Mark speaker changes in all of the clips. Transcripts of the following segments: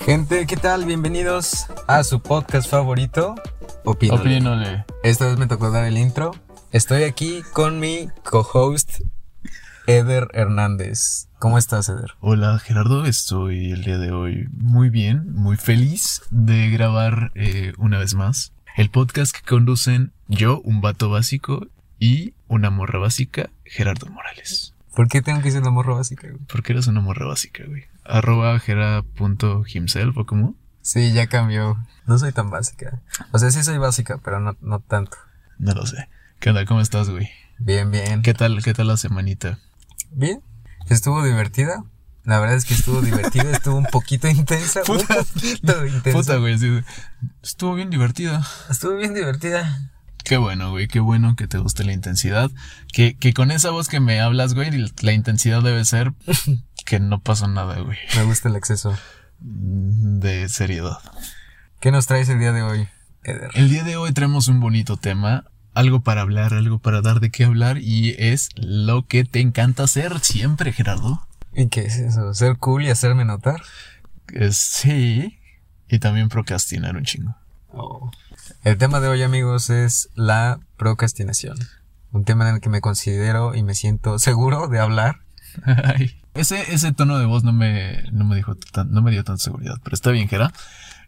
Speaker 1: Gente, ¿qué tal? Bienvenidos a su podcast favorito, Opino.
Speaker 2: Opínole.
Speaker 1: Esta vez me tocó dar el intro. Estoy aquí con mi co-host, Eder Hernández. ¿Cómo estás, Eder?
Speaker 2: Hola Gerardo, estoy el día de hoy muy bien, muy feliz de grabar eh, una vez más el podcast que conducen yo, un vato básico, y una morra básica, Gerardo Morales.
Speaker 1: ¿Por qué tengo que ser la morra básica? güey?
Speaker 2: ¿Por qué eres una morra básica, güey? Arroba gera.himself o cómo?
Speaker 1: Sí, ya cambió. No soy tan básica. O sea, sí soy básica, pero no, no tanto.
Speaker 2: No lo sé. ¿Qué onda? ¿Cómo estás, güey?
Speaker 1: Bien, bien.
Speaker 2: ¿Qué tal, qué tal la semanita?
Speaker 1: Bien. Estuvo divertida. La verdad es que estuvo divertida, estuvo un poquito intensa.
Speaker 2: Puta.
Speaker 1: un poquito intensa.
Speaker 2: Puta, güey, así de- estuvo bien divertida.
Speaker 1: Estuvo bien divertida.
Speaker 2: Qué bueno, güey, qué bueno que te guste la intensidad. Que, que con esa voz que me hablas, güey, la intensidad debe ser que no pasó nada, güey.
Speaker 1: Me gusta el acceso.
Speaker 2: De seriedad.
Speaker 1: ¿Qué nos traes el día de hoy, Eder?
Speaker 2: El día de hoy traemos un bonito tema, algo para hablar, algo para dar de qué hablar y es lo que te encanta hacer siempre, Gerardo.
Speaker 1: ¿Y qué es eso? ¿Ser cool y hacerme notar?
Speaker 2: Es, sí. Y también procrastinar un chingo.
Speaker 1: El tema de hoy, amigos, es la procrastinación. Un tema en el que me considero y me siento seguro de hablar.
Speaker 2: Ay. Ese, ese tono de voz no me, no me dijo tan- no me dio tanta seguridad, pero está bien, Gera.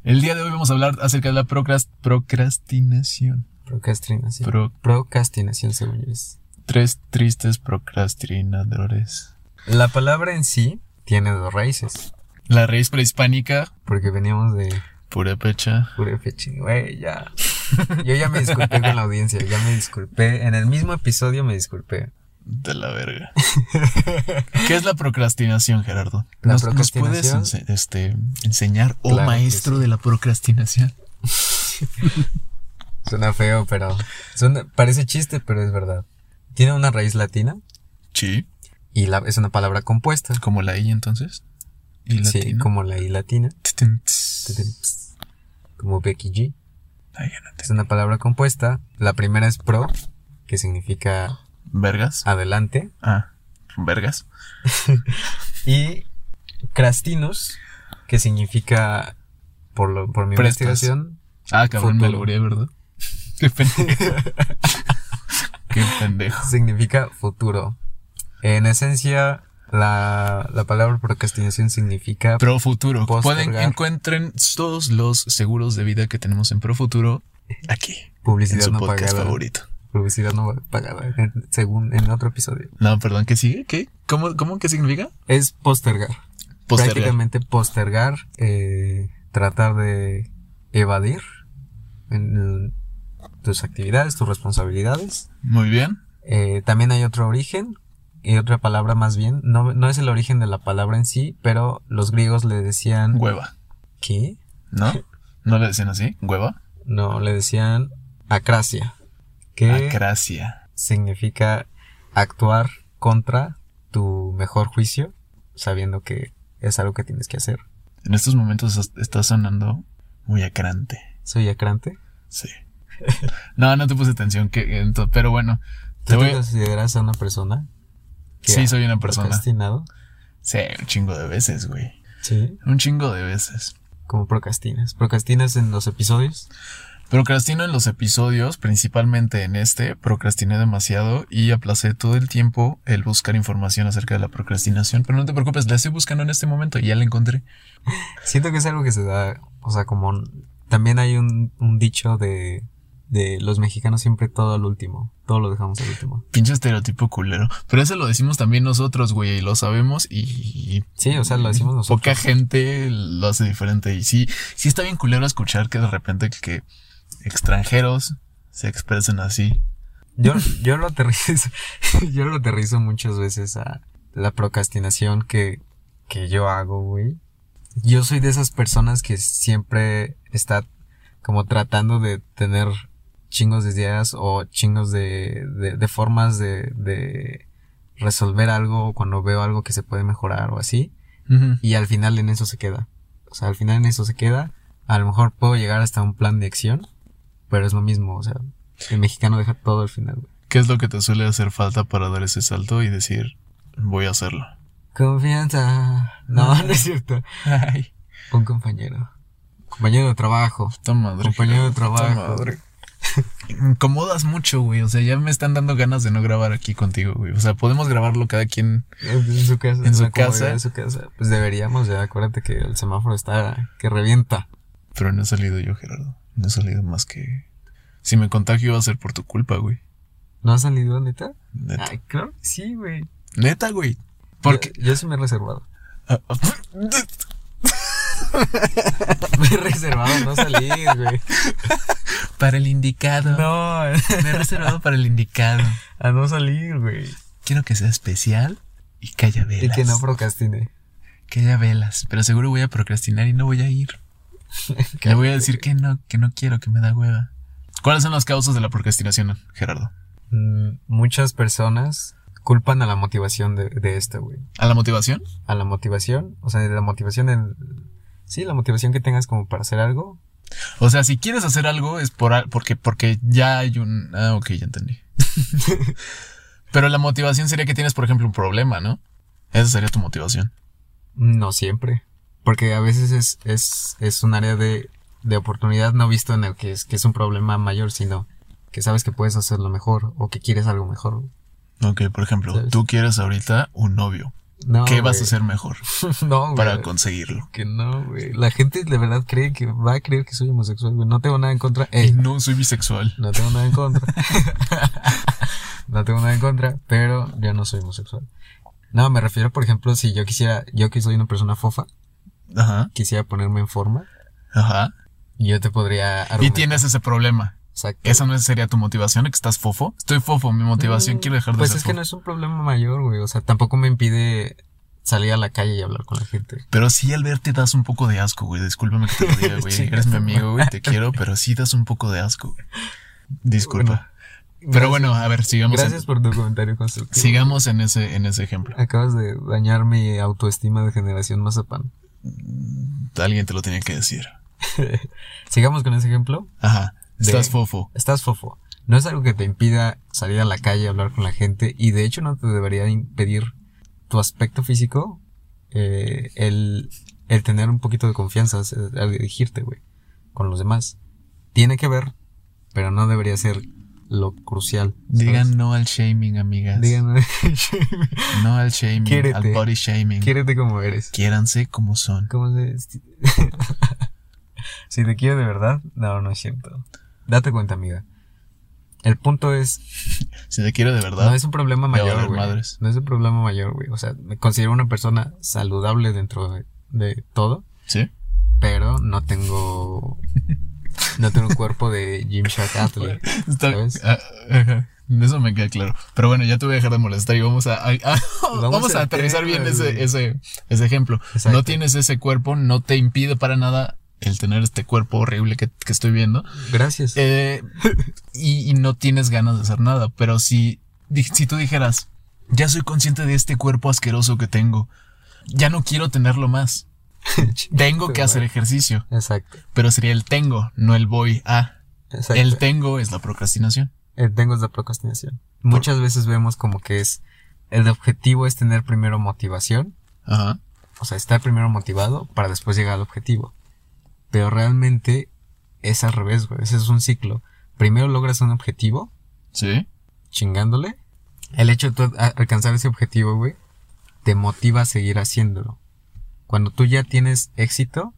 Speaker 2: El día de hoy vamos a hablar acerca de la procras- procrastinación.
Speaker 1: Procrastinación.
Speaker 2: Pro-
Speaker 1: procrastinación, según yo. es.
Speaker 2: tres tristes procrastinadores.
Speaker 1: La palabra en sí tiene dos raíces.
Speaker 2: La raíz prehispánica,
Speaker 1: Porque veníamos de
Speaker 2: purépecha.
Speaker 1: Urefechi, güey, ya. Yo ya me disculpé con la audiencia, ya me disculpé. En el mismo episodio me disculpé.
Speaker 2: De la verga. ¿Qué es la procrastinación, Gerardo?
Speaker 1: La
Speaker 2: ¿Nos,
Speaker 1: procrastinación-
Speaker 2: ¿Nos puedes ense- este, enseñar, oh
Speaker 1: Claro que
Speaker 2: maestro
Speaker 1: sí.
Speaker 2: de la procrastinación?
Speaker 1: Suena feo, pero suena- parece chiste, pero es verdad. Tiene una raíz latina
Speaker 2: Sí.
Speaker 1: y la, es una palabra compuesta.
Speaker 2: Como la I entonces. Y
Speaker 1: Sí,
Speaker 2: latina.
Speaker 1: como la I latina.
Speaker 2: Titin, tss.
Speaker 1: Como Becky G.
Speaker 2: Ay, ya no te-
Speaker 1: Es una palabra compuesta. La primera es pro, que significa
Speaker 2: Vergas.
Speaker 1: adelante.
Speaker 2: Ah, vergas.
Speaker 1: Y crastinus, que significa, por, lo, por mi
Speaker 2: Prestas.
Speaker 1: investigación,
Speaker 2: Ah, cabrón, me
Speaker 1: Futuro.
Speaker 2: lo albureé, ¿verdad? Qué pendejo. Qué pendejo.
Speaker 1: significa futuro. En esencia, la, la palabra procrastinación signica
Speaker 2: Pro Futuro.
Speaker 1: Postergar.
Speaker 2: Pueden encuentren todos los seguros de vida que tenemos en Pro Futuro aquí. En
Speaker 1: publicidad
Speaker 2: su
Speaker 1: no
Speaker 2: podcast
Speaker 1: pagada.
Speaker 2: favorito.
Speaker 1: Publicidad no pagada, en- según en otro episodio.
Speaker 2: No, perdón, ¿qué sigue? ¿Qué? ¿Cómo, cómo qué significa?
Speaker 1: Es postergar.
Speaker 2: Postergar.
Speaker 1: prácticamente postergar, eh, tratar de evadir en tus actividades, tus responsabilidades.
Speaker 2: Muy bien.
Speaker 1: Eh, también hay otro origen y otra palabra más bien. No, no es el origen de la palabra en sí, pero los griegos le decían...
Speaker 2: Hueva.
Speaker 1: ¿Qué?
Speaker 2: ¿No? ¿No le decían así? ¿Hueva?
Speaker 1: No, le decían acracia, que
Speaker 2: Acracia.
Speaker 1: significa actuar contra tu mejor juicio, sabiendo que es algo que tienes que hacer.
Speaker 2: En estos momentos es- está sonando muy acrante.
Speaker 1: Soy acrante.
Speaker 2: Sí. No, no te puse atención, que, ento- pero bueno. Te
Speaker 1: ¿Tú
Speaker 2: voy
Speaker 1: te
Speaker 2: a-
Speaker 1: consideras a una persona? que
Speaker 2: Sí,
Speaker 1: ha
Speaker 2: soy una persona.
Speaker 1: Procrastinado.
Speaker 2: Sí, un chingo de veces, güey.
Speaker 1: Sí.
Speaker 2: Un chingo de veces.
Speaker 1: Como procrastinas. ¿Procrastinas en los episodios?
Speaker 2: Procrastino en los episodios, principalmente en este, procrastiné demasiado y aplacé todo el tiempo el buscar información acerca de la procrastinación, pero no te preocupes, la estoy buscando en este momento y ya la encontré.
Speaker 1: Siento que es algo que se da, o sea, como... También hay un, un dicho de, de los mexicanos siempre todo al último. Todo lo dejamos al último.
Speaker 2: Pinche estereotipo culero. Pero eso lo decimos también nosotros, güey, y lo sabemos y...
Speaker 1: Sí, o sea, lo decimos nosotros.
Speaker 2: Poca gente lo hace diferente y sí, sí está bien culero escuchar que de repente que extranjeros se expresen así.
Speaker 1: Yo, yo lo aterrizo, yo lo aterrizo muchas veces a la procrastinación que, que yo hago, güey. Yo soy de esas personas que siempre está como tratando de tener chingos de ideas o chingos de, de, de formas de, de resolver algo cuando veo algo que se puede mejorar o así.
Speaker 2: Ujú.
Speaker 1: Y al final en eso se queda. O sea, al final en eso se queda. A lo mejor puedo llegar hasta un plan de acción, pero es lo mismo. O sea, el mexicano deja todo al final, güey.
Speaker 2: ¿Qué es lo que te suele hacer falta para dar ese salto y decir, voy a hacerlo? Ah.
Speaker 1: Confianza. No, no es cierto.
Speaker 2: Ay.
Speaker 1: Un compañero. Compañero de trabajo.
Speaker 2: Puta madre.
Speaker 1: Compañero de
Speaker 2: puta
Speaker 1: trabajo.
Speaker 2: madre. Me Incomodas mucho, güey. O sea, ya me están dando ganas de no grabar aquí contigo, güey. O sea, podemos grabarlo cada quien.
Speaker 1: En su casa.
Speaker 2: En su
Speaker 1: la comodidad
Speaker 2: casa.
Speaker 1: de su casa. Pues deberíamos, ya acuérdate que el semáforo está que revienta.
Speaker 2: Pero no he salido yo, Gerardo. No he salido más que. Si me contagio va a ser por tu culpa, güey.
Speaker 1: ¿No ha salido, neta?
Speaker 2: Neta.
Speaker 1: Ay, claro que sí, güey.
Speaker 2: Neta, güey. Porque. ah,
Speaker 1: Yo, yo sí me he reservado. Me he reservado a no salir, güey.
Speaker 2: Para el indicado.
Speaker 1: No,
Speaker 2: Me he reservado para el indicado.
Speaker 1: a no salir, güey.
Speaker 2: Quiero que sea especial y que haya velas.
Speaker 1: Y que no procrastine.
Speaker 2: Que haya velas. Pero seguro voy a procrastinar y no voy a ir. Le voy a decir que no, que no quiero, que me da hueva. ¿Cuáles son las causas de la procrastinación, Gerardo?
Speaker 1: Mm, Muchas personas culpan a la motivación de, de esto, güey.
Speaker 2: ¿A la motivación?
Speaker 1: A la motivación, o sea, de la motivación en... Sí, la motivación que tengas como para hacer algo.
Speaker 2: O sea, si quieres hacer algo es por al- porque, porque ya hay un... Ah, ok, ya entendí. Pero la motivación sería que tienes, por ejemplo, un problema, ¿no? Esa sería tu motivación.
Speaker 1: No siempre. Porque a veces es, es, es un área de, de oportunidad no visto en el que es, que es un problema mayor, sino que sabes que puedes hacerlo mejor o que quieres algo mejor.
Speaker 2: Ok, por ejemplo,
Speaker 1: ¿Sabes?
Speaker 2: tú quieres ahorita un novio.
Speaker 1: No,
Speaker 2: ¿Qué vas a
Speaker 1: güey.
Speaker 2: hacer mejor
Speaker 1: no, güey.
Speaker 2: para conseguirlo?
Speaker 1: Que no, güey. La gente de verdad cree que va a creer que soy homosexual, güey. No tengo nada en contra.
Speaker 2: Y
Speaker 1: Ey,
Speaker 2: No, soy bisexual.
Speaker 1: no tengo nada en contra. no tengo nada en contra, pero yo no soy homosexual. No, me refiero, por ejemplo, si yo quisiera, yo que soy una persona fofa,
Speaker 2: Ajá,
Speaker 1: quisiera ponerme en forma,
Speaker 2: ajá.
Speaker 1: yo te podría
Speaker 2: Y
Speaker 1: argumentar.
Speaker 2: tienes ese problema.
Speaker 1: Exacto.
Speaker 2: ¿Esa no sería tu motivación? ¿Que estás fofo? Estoy fofo, mi motivación
Speaker 1: Mm,
Speaker 2: quiero dejar de
Speaker 1: Pues
Speaker 2: ser
Speaker 1: es que
Speaker 2: fofo.
Speaker 1: no es un problema mayor, güey. O sea, tampoco me impide salir a la calle y hablar con la gente.
Speaker 2: Pero sí al verte das un poco de asco, güey. Discúlpame que te lo diga, güey.
Speaker 1: Chinga
Speaker 2: Eres mi
Speaker 1: tu
Speaker 2: amigo, güey. Te quiero, pero sí das un poco de asco. güey. Disculpa. pero bueno, a ver, sigamos.
Speaker 1: Gracias por tu comentario
Speaker 2: en,
Speaker 1: constructivo.
Speaker 2: sigamos en ese, en ese ejemplo.
Speaker 1: Acabas de dañar mi autoestima de generación mazapán.
Speaker 2: Alguien te lo tenía que decir.
Speaker 1: Sigamos con ese ejemplo.
Speaker 2: Ajá.
Speaker 1: De-
Speaker 2: Estás fofo.
Speaker 1: Estás fofo. No es algo que te impida salir a la calle, hablar con la gente y de hecho no te debería impedir tu aspecto físico eh, el, el tener un poquito de confianza al- al dirigirte, güey, con los demás. Tiene que ver, pero no debería ser lo crucial. ¿sabes?
Speaker 2: Digan no al shaming, amigas.
Speaker 1: Digan,
Speaker 2: No al shaming,
Speaker 1: Quiérete.
Speaker 2: al body shaming.
Speaker 1: quiérete como eres.
Speaker 2: Quiéranse como son.
Speaker 1: ¿Cómo se...? si te quiero de verdad, no, no es cierto. Date cuenta, amiga. El punto es
Speaker 2: Si te quiero de verdad.
Speaker 1: No es un problema
Speaker 2: Me va a
Speaker 1: mayor,
Speaker 2: valer
Speaker 1: güey.
Speaker 2: madres.
Speaker 1: No es un problema mayor, güey. O sea, me considero una persona saludable dentro de, de todo,
Speaker 2: ¿Sí?
Speaker 1: pero no tengo no tengo un cuerpo de Gymshark athlete.
Speaker 2: Está-
Speaker 1: ¿Sabes?
Speaker 2: ah, ajá. Eso me queda claro. Pero bueno, ya te voy a dejar de molestar y vamos a, a- a- vamos a
Speaker 1: al
Speaker 2: aterrizar
Speaker 1: tema,
Speaker 2: bien ese,
Speaker 1: güey.
Speaker 2: ese, ese ejemplo.
Speaker 1: Exacto.
Speaker 2: No tienes ese cuerpo, no te impide para nada el tener este cuerpo horrible que, que estoy viendo.
Speaker 1: Gracias.
Speaker 2: Eh, y, y no tienes ganas de hacer nada. Pero si, di- si tú dijeras, ya soy consciente de este cuerpo asqueroso que tengo, ya no quiero tenerlo más. Tengo que hacer ejercicio.
Speaker 1: Exacto.
Speaker 2: Pero sería el tengo, no el voy a.
Speaker 1: Exacto.
Speaker 2: El tengo es la procrastinación.
Speaker 1: El tengo es la procrastinación. Muchas veces vemos como que es el objetivo es tener primero motivación
Speaker 2: Ajá.
Speaker 1: O sea, estar primero motivado para después llegar al objetivo. Pero realmente es al revés, güey. Ese es un ciclo. Primero logras un objetivo,
Speaker 2: Sí.
Speaker 1: chingándole. El hecho de tú a- alcanzar ese objetivo, güey, te motiva a seguir haciéndolo. Cuando tú ya tienes éxito,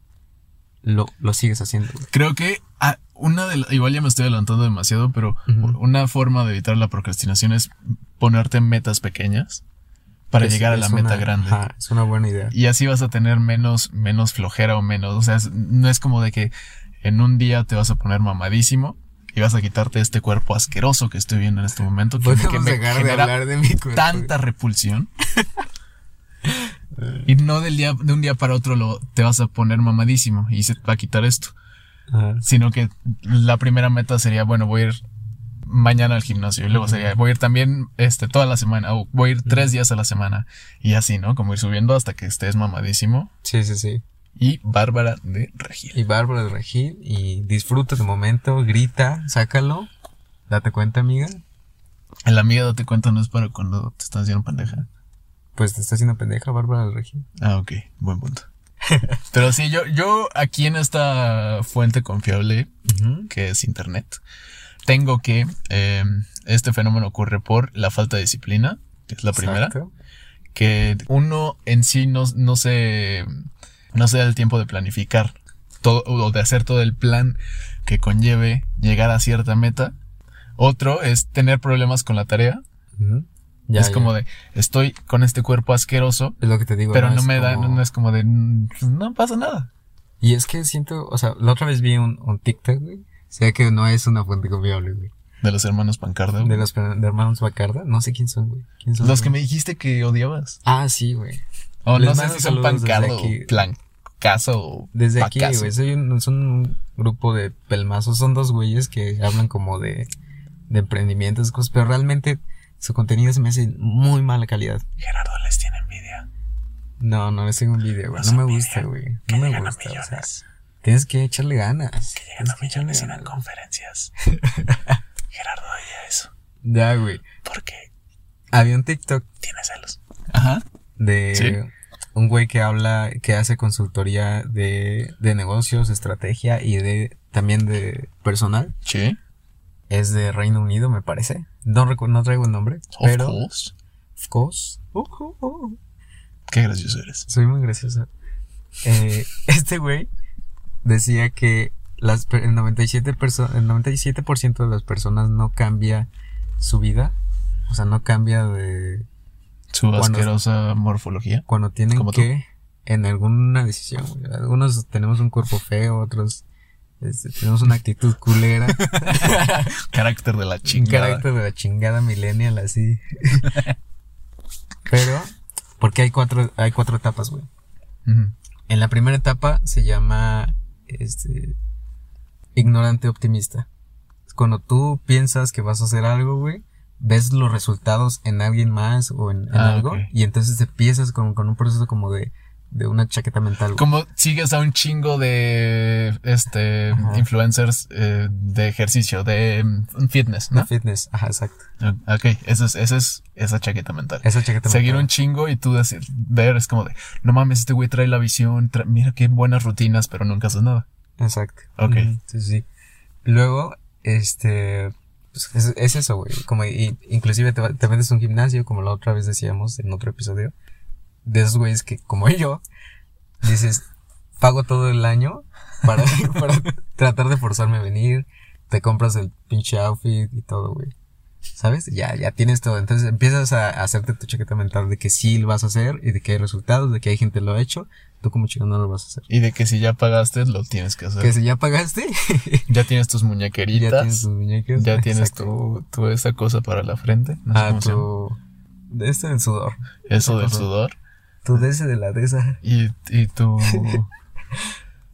Speaker 1: lo, lo sigues haciendo, güey.
Speaker 2: Creo que ah, una de la- igual ya me estoy adelantando demasiado, pero
Speaker 1: Ujú.
Speaker 2: una forma de evitar la procrastinación es ponerte metas pequeñas para
Speaker 1: Es-
Speaker 2: llegar a la
Speaker 1: es
Speaker 2: meta
Speaker 1: una-
Speaker 2: grande.
Speaker 1: ajá, es una buena idea.
Speaker 2: Y así vas a tener menos, menos flojera o menos. O sea, es- no es como de que en un día te vas a poner mamadísimo y vas a quitarte este cuerpo asqueroso que estoy viendo en este momento. Que, me- que
Speaker 1: Podemos
Speaker 2: me
Speaker 1: dejar de
Speaker 2: genera
Speaker 1: hablar de mi cuerpo.
Speaker 2: tanta repulsión. y no del día, de un día para otro lo, te vas a poner mamadísimo y se te va a quitar esto
Speaker 1: Ajá.
Speaker 2: sino que la primera meta sería, bueno, voy a ir mañana al gimnasio y luego sería, voy a ir también este, toda la semana o voy a ir tres días a la semana y así, ¿no? Como ir subiendo hasta que estés mamadísimo
Speaker 1: Sí, sí, sí.
Speaker 2: y Bárbara de Regil.
Speaker 1: y Bárbara de Regil y disfruta tu momento, grita, sácalo, date cuenta amiga,
Speaker 2: El amiga date cuenta no es para cuando te estás haciendo pendeja.
Speaker 1: pues te está haciendo pendeja Bárbara de Regil.
Speaker 2: Ah, ok, buen punto. Pero sí, yo, yo aquí en esta fuente confiable,
Speaker 1: Ujú.
Speaker 2: que es Internet, tengo que eh, este fenómeno ocurre por la falta de disciplina, que es la primera,
Speaker 1: Exacto.
Speaker 2: que uno en sí no, no, se, no se da el tiempo de planificar todo, o de hacer todo el plan que conlleve llegar a cierta meta. Otro es tener problemas con la tarea.
Speaker 1: Ujú. Ya,
Speaker 2: es
Speaker 1: ya.
Speaker 2: como de, estoy con este cuerpo asqueroso,
Speaker 1: Es lo que te digo.
Speaker 2: pero no,
Speaker 1: Es
Speaker 2: me da,
Speaker 1: como-
Speaker 2: no es como de, "Mm, no pasa nada.
Speaker 1: Y es que siento, o sea, la otra vez vi un, un TikTok, güey. O sea que no es una fuente confiable, güey.
Speaker 2: De los hermanos Pancardo.
Speaker 1: De los per- de hermanos Bacarda. No sé quién son, güey. ¿Quién son,
Speaker 2: Los que
Speaker 1: güey?
Speaker 2: me dijiste que odiabas.
Speaker 1: Ah, sí, güey.
Speaker 2: O
Speaker 1: Les
Speaker 2: no sé
Speaker 1: mando
Speaker 2: si son
Speaker 1: saludos desde
Speaker 2: pancardo,
Speaker 1: aquí.
Speaker 2: plancazo o
Speaker 1: Desde aquí,
Speaker 2: pacazo.
Speaker 1: güey. Soy un- son un grupo de pelmazos. Son dos güeyes que hablan como de, de emprendimientos, cosas, pero realmente su contenido se me hace muy mala calidad.
Speaker 2: Gerardo les tiene envidia.
Speaker 1: No, no es un video, güey.
Speaker 2: Los
Speaker 1: No me
Speaker 2: envidia.
Speaker 1: gusta, güey.
Speaker 2: Que
Speaker 1: No me
Speaker 2: llegan a
Speaker 1: gusta, o sea.
Speaker 2: millones.
Speaker 1: Tienes que echarle ganas.
Speaker 2: Que llegan a
Speaker 1: Tienes que echarle
Speaker 2: millones y dan
Speaker 1: ganas.
Speaker 2: conferencias. Gerardo odia eso.
Speaker 1: Ya, güey.
Speaker 2: Porque
Speaker 1: Había un TikTok
Speaker 2: tiene celos. Ajá.
Speaker 1: de
Speaker 2: Sí.
Speaker 1: un güey que habla, que hace consultoría de, de negocios, estrategia y de también de personal.
Speaker 2: Sí.
Speaker 1: Es de Reino Unido, me parece. No, recu- no traigo el nombre,
Speaker 2: Of
Speaker 1: pero...
Speaker 2: course.
Speaker 1: Of course. Uh, uh, uh.
Speaker 2: Qué gracioso eres.
Speaker 1: Soy muy gracioso. Eh, este güey decía que las, per- el 97%, perso- el 97 de las personas no cambia su vida. O sea, no cambia de
Speaker 2: Su
Speaker 1: Cuando-
Speaker 2: asquerosa morfología.
Speaker 1: cuando tienen
Speaker 2: Como tú.
Speaker 1: que en alguna decisión. güey. Algunos tenemos un cuerpo feo, otros este, tenemos una actitud culera,
Speaker 2: Carácter de la
Speaker 1: un
Speaker 2: chingada.
Speaker 1: carácter de la chingada millennial así. Pero porque hay cuatro hay cuatro etapas, güey.
Speaker 2: Ujú.
Speaker 1: En la primera etapa se llama este ignorante optimista. Es Cuando tú piensas que vas a hacer algo, güey, ves los resultados en alguien más o en, en
Speaker 2: Ah,
Speaker 1: algo
Speaker 2: ok.
Speaker 1: y entonces empiezas con, con un proceso como de, de una chaqueta mental. güey.
Speaker 2: Como sigues a un chingo de este
Speaker 1: Ajá.
Speaker 2: influencers eh, de ejercicio, de mm, fitness, ¿no?
Speaker 1: De fitness, ajá, exacto.
Speaker 2: Ok, esa es, esa es esa chaqueta mental.
Speaker 1: Esa chaqueta
Speaker 2: Seguir
Speaker 1: mental.
Speaker 2: un chingo y tú decir, ver, es como de, no mames, este güey trae la visión, tra- mira qué buenas rutinas, pero nunca haces nada.
Speaker 1: Exacto.
Speaker 2: Ok.
Speaker 1: Ujú, Sí, sí. Luego, este. pues, es, es eso, güey. Como i- inclusive te, va- te metes a un gimnasio, como la otra vez decíamos en otro episodio. De esos güeyes que, como yo, dices, pago todo el año para, para tratar de forzarme a venir. Te compras el pinche outfit y todo, güey. ¿Sabes? Ya, ya tienes todo. Entonces empiezas a, a hacerte tu chaqueta mental de que sí lo vas a hacer y de que hay resultados, de que hay gente lo ha hecho. Tú como chico no lo vas a hacer.
Speaker 2: Y de que si ya pagaste, lo tienes que hacer.
Speaker 1: Que si ya pagaste,
Speaker 2: Ya tienes tus muñequeritas,
Speaker 1: ya tienes tus muñecas.
Speaker 2: ya tienes
Speaker 1: Exacto.
Speaker 2: tu, tu esa cosa para la frente, no sé
Speaker 1: Ah,
Speaker 2: cómo se llama.
Speaker 1: tu. De este del sudor.
Speaker 2: eso del
Speaker 1: cosa.
Speaker 2: sudor,
Speaker 1: Tu de ese de la de esa.
Speaker 2: y, y tu,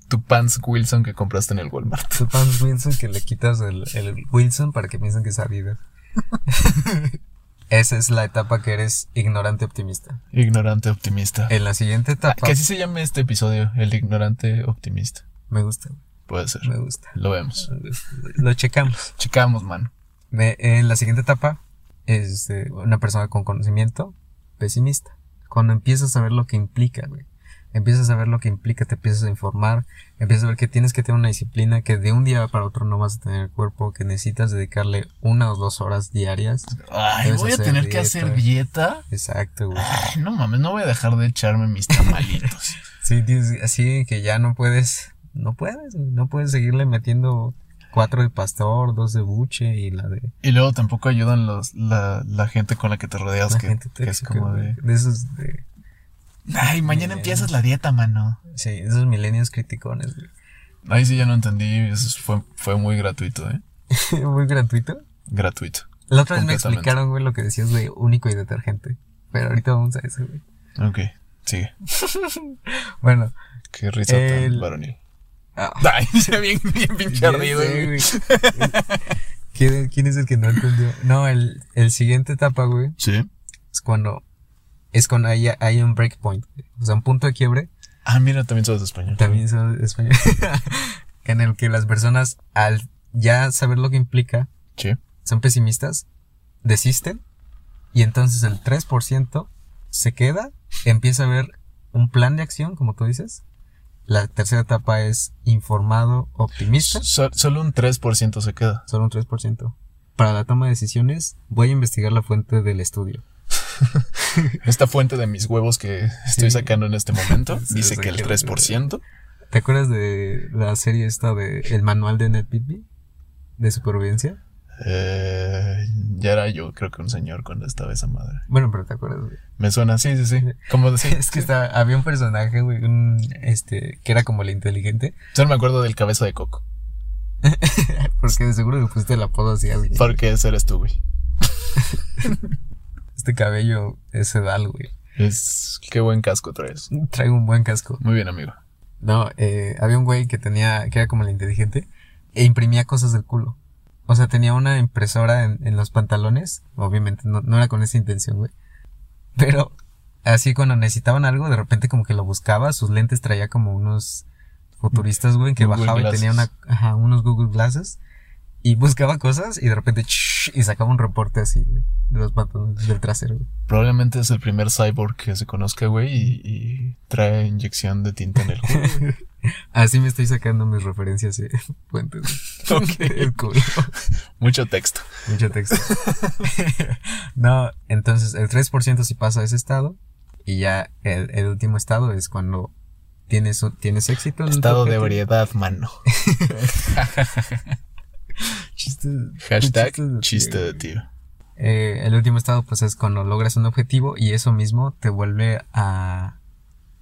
Speaker 2: tu pants Wilson que compraste en el Walmart.
Speaker 1: Tu pan Wilson que le quitas el, el Wilson para que piensen que es Adidas. Esa es la etapa que eres ignorante optimista.
Speaker 2: Ignorante optimista.
Speaker 1: En la siguiente
Speaker 2: Ah,
Speaker 1: etapa.
Speaker 2: que así se llame este episodio, el ignorante optimista.
Speaker 1: Me gusta,
Speaker 2: Puede ser.
Speaker 1: me gusta.
Speaker 2: Lo vemos.
Speaker 1: Lo checamos.
Speaker 2: Checamos, mano.
Speaker 1: Me- en la siguiente etapa es eh, una persona con conocimiento pesimista. Cuando empiezas a ver lo que implica, güey. Empiezas a ver lo que implica, te empiezas a informar, empiezas a ver que tienes que tener una disciplina, que de un día para otro no vas a tener el cuerpo, que necesitas dedicarle una o dos horas diarias.
Speaker 2: Ay,
Speaker 1: Debes
Speaker 2: voy a
Speaker 1: hacer
Speaker 2: tener que
Speaker 1: dieta.
Speaker 2: hacer dieta.
Speaker 1: Exacto, güey.
Speaker 2: Ay, no mames, no voy a dejar de echarme mis tamalitos.
Speaker 1: Sí, tienes- así que ya no puedes, no puedes, güey, no puedes seguirle metiendo cuatro de pastor, dos de buche y la de
Speaker 2: y luego tampoco ayudan los, la, la gente con la que te rodeas,
Speaker 1: la
Speaker 2: que,
Speaker 1: gente
Speaker 2: que es
Speaker 1: tóxica,
Speaker 2: como
Speaker 1: güey.
Speaker 2: de...
Speaker 1: de esos de
Speaker 2: Ay, mañana
Speaker 1: Millennials.
Speaker 2: empiezas la dieta, mano.
Speaker 1: Sí, esos milenios criticones, güey.
Speaker 2: Ahí sí ya no entendí, eso fue, fue muy gratuito, ¿eh?
Speaker 1: Muy gratuito.
Speaker 2: Gratuito.
Speaker 1: La otra vez me
Speaker 2: Completamente.
Speaker 1: explicaron, güey, lo que decías de único y detergente. Pero ahorita vamos a eso, güey.
Speaker 2: Ok, sigue.
Speaker 1: Bueno.
Speaker 2: Qué risa
Speaker 1: El-
Speaker 2: tan varonil.
Speaker 1: ah,
Speaker 2: Ay, ya bien, bien pinche
Speaker 1: ya
Speaker 2: ardido,
Speaker 1: sé,
Speaker 2: güey.
Speaker 1: güey. ¿Quién, quién es el que no entendió? No, el, el siguiente etapa, güey,
Speaker 2: Sí.
Speaker 1: es cuando... Es cuando hay, hay un breakpoint. güey. O sea, un punto de quiebre.
Speaker 2: Ah, mira, también sabes español.
Speaker 1: También son español. en el que las personas, al ya saber lo que implica,
Speaker 2: Sí.
Speaker 1: son pesimistas, desisten, y entonces el 3% se queda, empieza a ver un plan de acción, como tú dices, La tercera etapa es informado, optimista.
Speaker 2: So- solo un 3% se queda.
Speaker 1: Solo un 3%. Para la toma de decisiones, voy a investigar la fuente del estudio.
Speaker 2: Esta fuente de mis huevos que estoy
Speaker 1: Sí.
Speaker 2: sacando en este momento
Speaker 1: Sí,
Speaker 2: dice que el 3%.
Speaker 1: ¿Te acuerdas de la serie esta de El Manual de Ned Beatty? De supervivencia.
Speaker 2: eh, ya era yo, creo que un señor cuando estaba esa madre.
Speaker 1: Bueno, pero te acuerdas, güey.
Speaker 2: Me suena, sí, sí, sí. Como decía,
Speaker 1: Es que estaba- había un personaje, güey, un, este, que era como el inteligente.
Speaker 2: solo me acuerdo del cabeza de coco.
Speaker 1: Porque de seguro le pusiste el apodo así a alguien.
Speaker 2: Porque ese eres tú, güey.
Speaker 1: Este cabello es sedal, güey.
Speaker 2: Es, qué buen casco traes.
Speaker 1: Traigo un buen casco.
Speaker 2: Muy bien, amigo.
Speaker 1: No, eh, había un güey que tenía, que era como el inteligente, e imprimía cosas del culo. O sea, tenía una impresora en, en los pantalones. Obviamente, no, no era con esa intención, güey. Pero así cuando necesitaban algo, de repente como que lo buscaba, sus lentes traía como unos futuristas, güey, que
Speaker 2: Google
Speaker 1: bajaba y tenía una,
Speaker 2: Glasses.
Speaker 1: ajá, unos Google Glasses. Y buscaba cosas y de repente ¡ch! y sacaba un reporte así, güey, de los pantalones del trasero, güey.
Speaker 2: Probablemente es el primer cyborg que se conozca, güey, y, y trae inyección de tinta en el culo.
Speaker 1: Así me estoy sacando mis referencias eh, fuentes. güey.
Speaker 2: Ok.
Speaker 1: El culo.
Speaker 2: Mucho texto.
Speaker 1: Mucho texto. no, entonces el 3% si pasa a ese estado y ya el, el último estado es cuando tienes, un- tienes éxito. en tu
Speaker 2: Estado de
Speaker 1: objetivo.
Speaker 2: variedad, mano.
Speaker 1: Chiste-
Speaker 2: Hashtag
Speaker 1: chiste de
Speaker 2: chiste
Speaker 1: tío.
Speaker 2: de tío.
Speaker 1: Eh, el último estado pues es cuando logras un objetivo y eso mismo te vuelve a,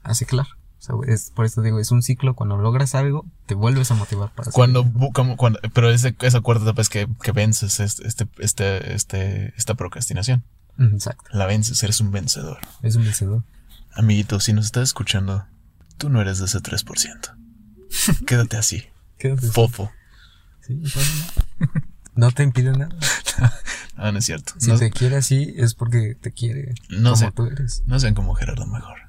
Speaker 1: a ciclar. O sea, es, por eso digo, es un ciclo, cuando logras algo, te vuelves a motivar para hacer-
Speaker 2: Cuando, bu- como- cuando, pero ese- esa cuarta etapa es que, que vences este, este, este, este- esta procrastinación.
Speaker 1: Ujú, Exacto,
Speaker 2: La vences, eres un vencedor.
Speaker 1: es un vencedor.
Speaker 2: Amiguito, si nos estás escuchando, tú no eres de ese 3%. Quédate así,
Speaker 1: Quédate.
Speaker 2: fofo.
Speaker 1: Sí, no pasa nada. No te impide nada.
Speaker 2: Ah, no es cierto.
Speaker 1: Si
Speaker 2: no,
Speaker 1: te quiere así, es porque te quiere
Speaker 2: No
Speaker 1: como
Speaker 2: sé.
Speaker 1: tú eres.
Speaker 2: no sean como Gerardo mejor.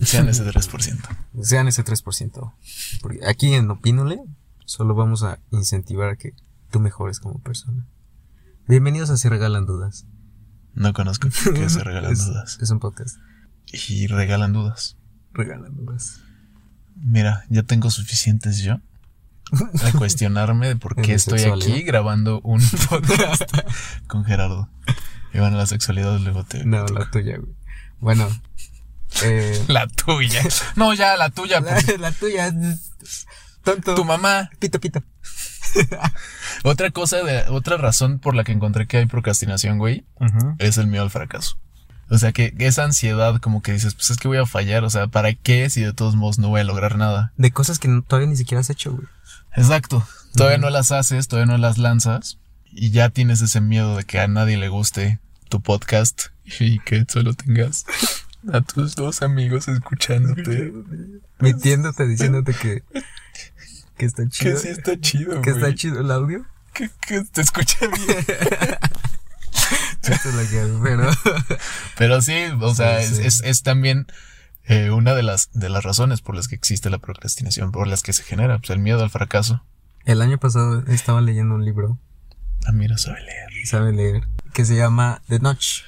Speaker 2: Sean ese 3%.
Speaker 1: Sean ese 3%. Porque aquí en Opínole solo vamos a incentivar a que tú mejores como persona. Bienvenidos a Si Regalan Dudas.
Speaker 2: No conozco que se regalan
Speaker 1: Es-
Speaker 2: dudas.
Speaker 1: Es un podcast.
Speaker 2: Y regalan dudas.
Speaker 1: Regalan dudas.
Speaker 2: Mira, ya tengo suficientes yo a cuestionarme de por
Speaker 1: En
Speaker 2: qué
Speaker 1: mi
Speaker 2: estoy aquí
Speaker 1: sexualidad.
Speaker 2: grabando un podcast con Gerardo. Y bueno, la sexualidad luego te...
Speaker 1: No,
Speaker 2: te toca.
Speaker 1: la tuya, güey. Bueno. eh,
Speaker 2: La tuya. No, ya, la tuya.
Speaker 1: la,
Speaker 2: pues.
Speaker 1: la tuya. Tonto.
Speaker 2: Tu mamá.
Speaker 1: Pito, pito.
Speaker 2: Otra cosa, de, otra razón por la que encontré que hay procrastinación, güey, es el miedo al fracaso. O sea, que esa ansiedad como que dices, pues es que voy a fallar, o sea, ¿para qué si de todos modos no voy a lograr nada?
Speaker 1: De cosas que no- todavía ni siquiera has hecho, güey.
Speaker 2: Exacto. Todavía no las haces, todavía no las lanzas y ya tienes ese miedo de que a nadie le guste tu podcast y que solo tengas a tus dos amigos escuchándote.
Speaker 1: Metiéndote, diciéndote que. Que está chido.
Speaker 2: Que sí está chido,
Speaker 1: que está
Speaker 2: güey.
Speaker 1: chido el audio.
Speaker 2: Que, que te escucha bien.
Speaker 1: Esto es lo que hago, pero.
Speaker 2: Pero sí, o sea,
Speaker 1: Sí,
Speaker 2: es,
Speaker 1: sí.
Speaker 2: es- es también eh, una de las, de las razones por las que existe la procrastinación, por las que se genera, pues el miedo al fracaso.
Speaker 1: El año pasado estaba leyendo un libro,
Speaker 2: Ah, mira, sabe leer.
Speaker 1: sabe leer, que se llama The Notch,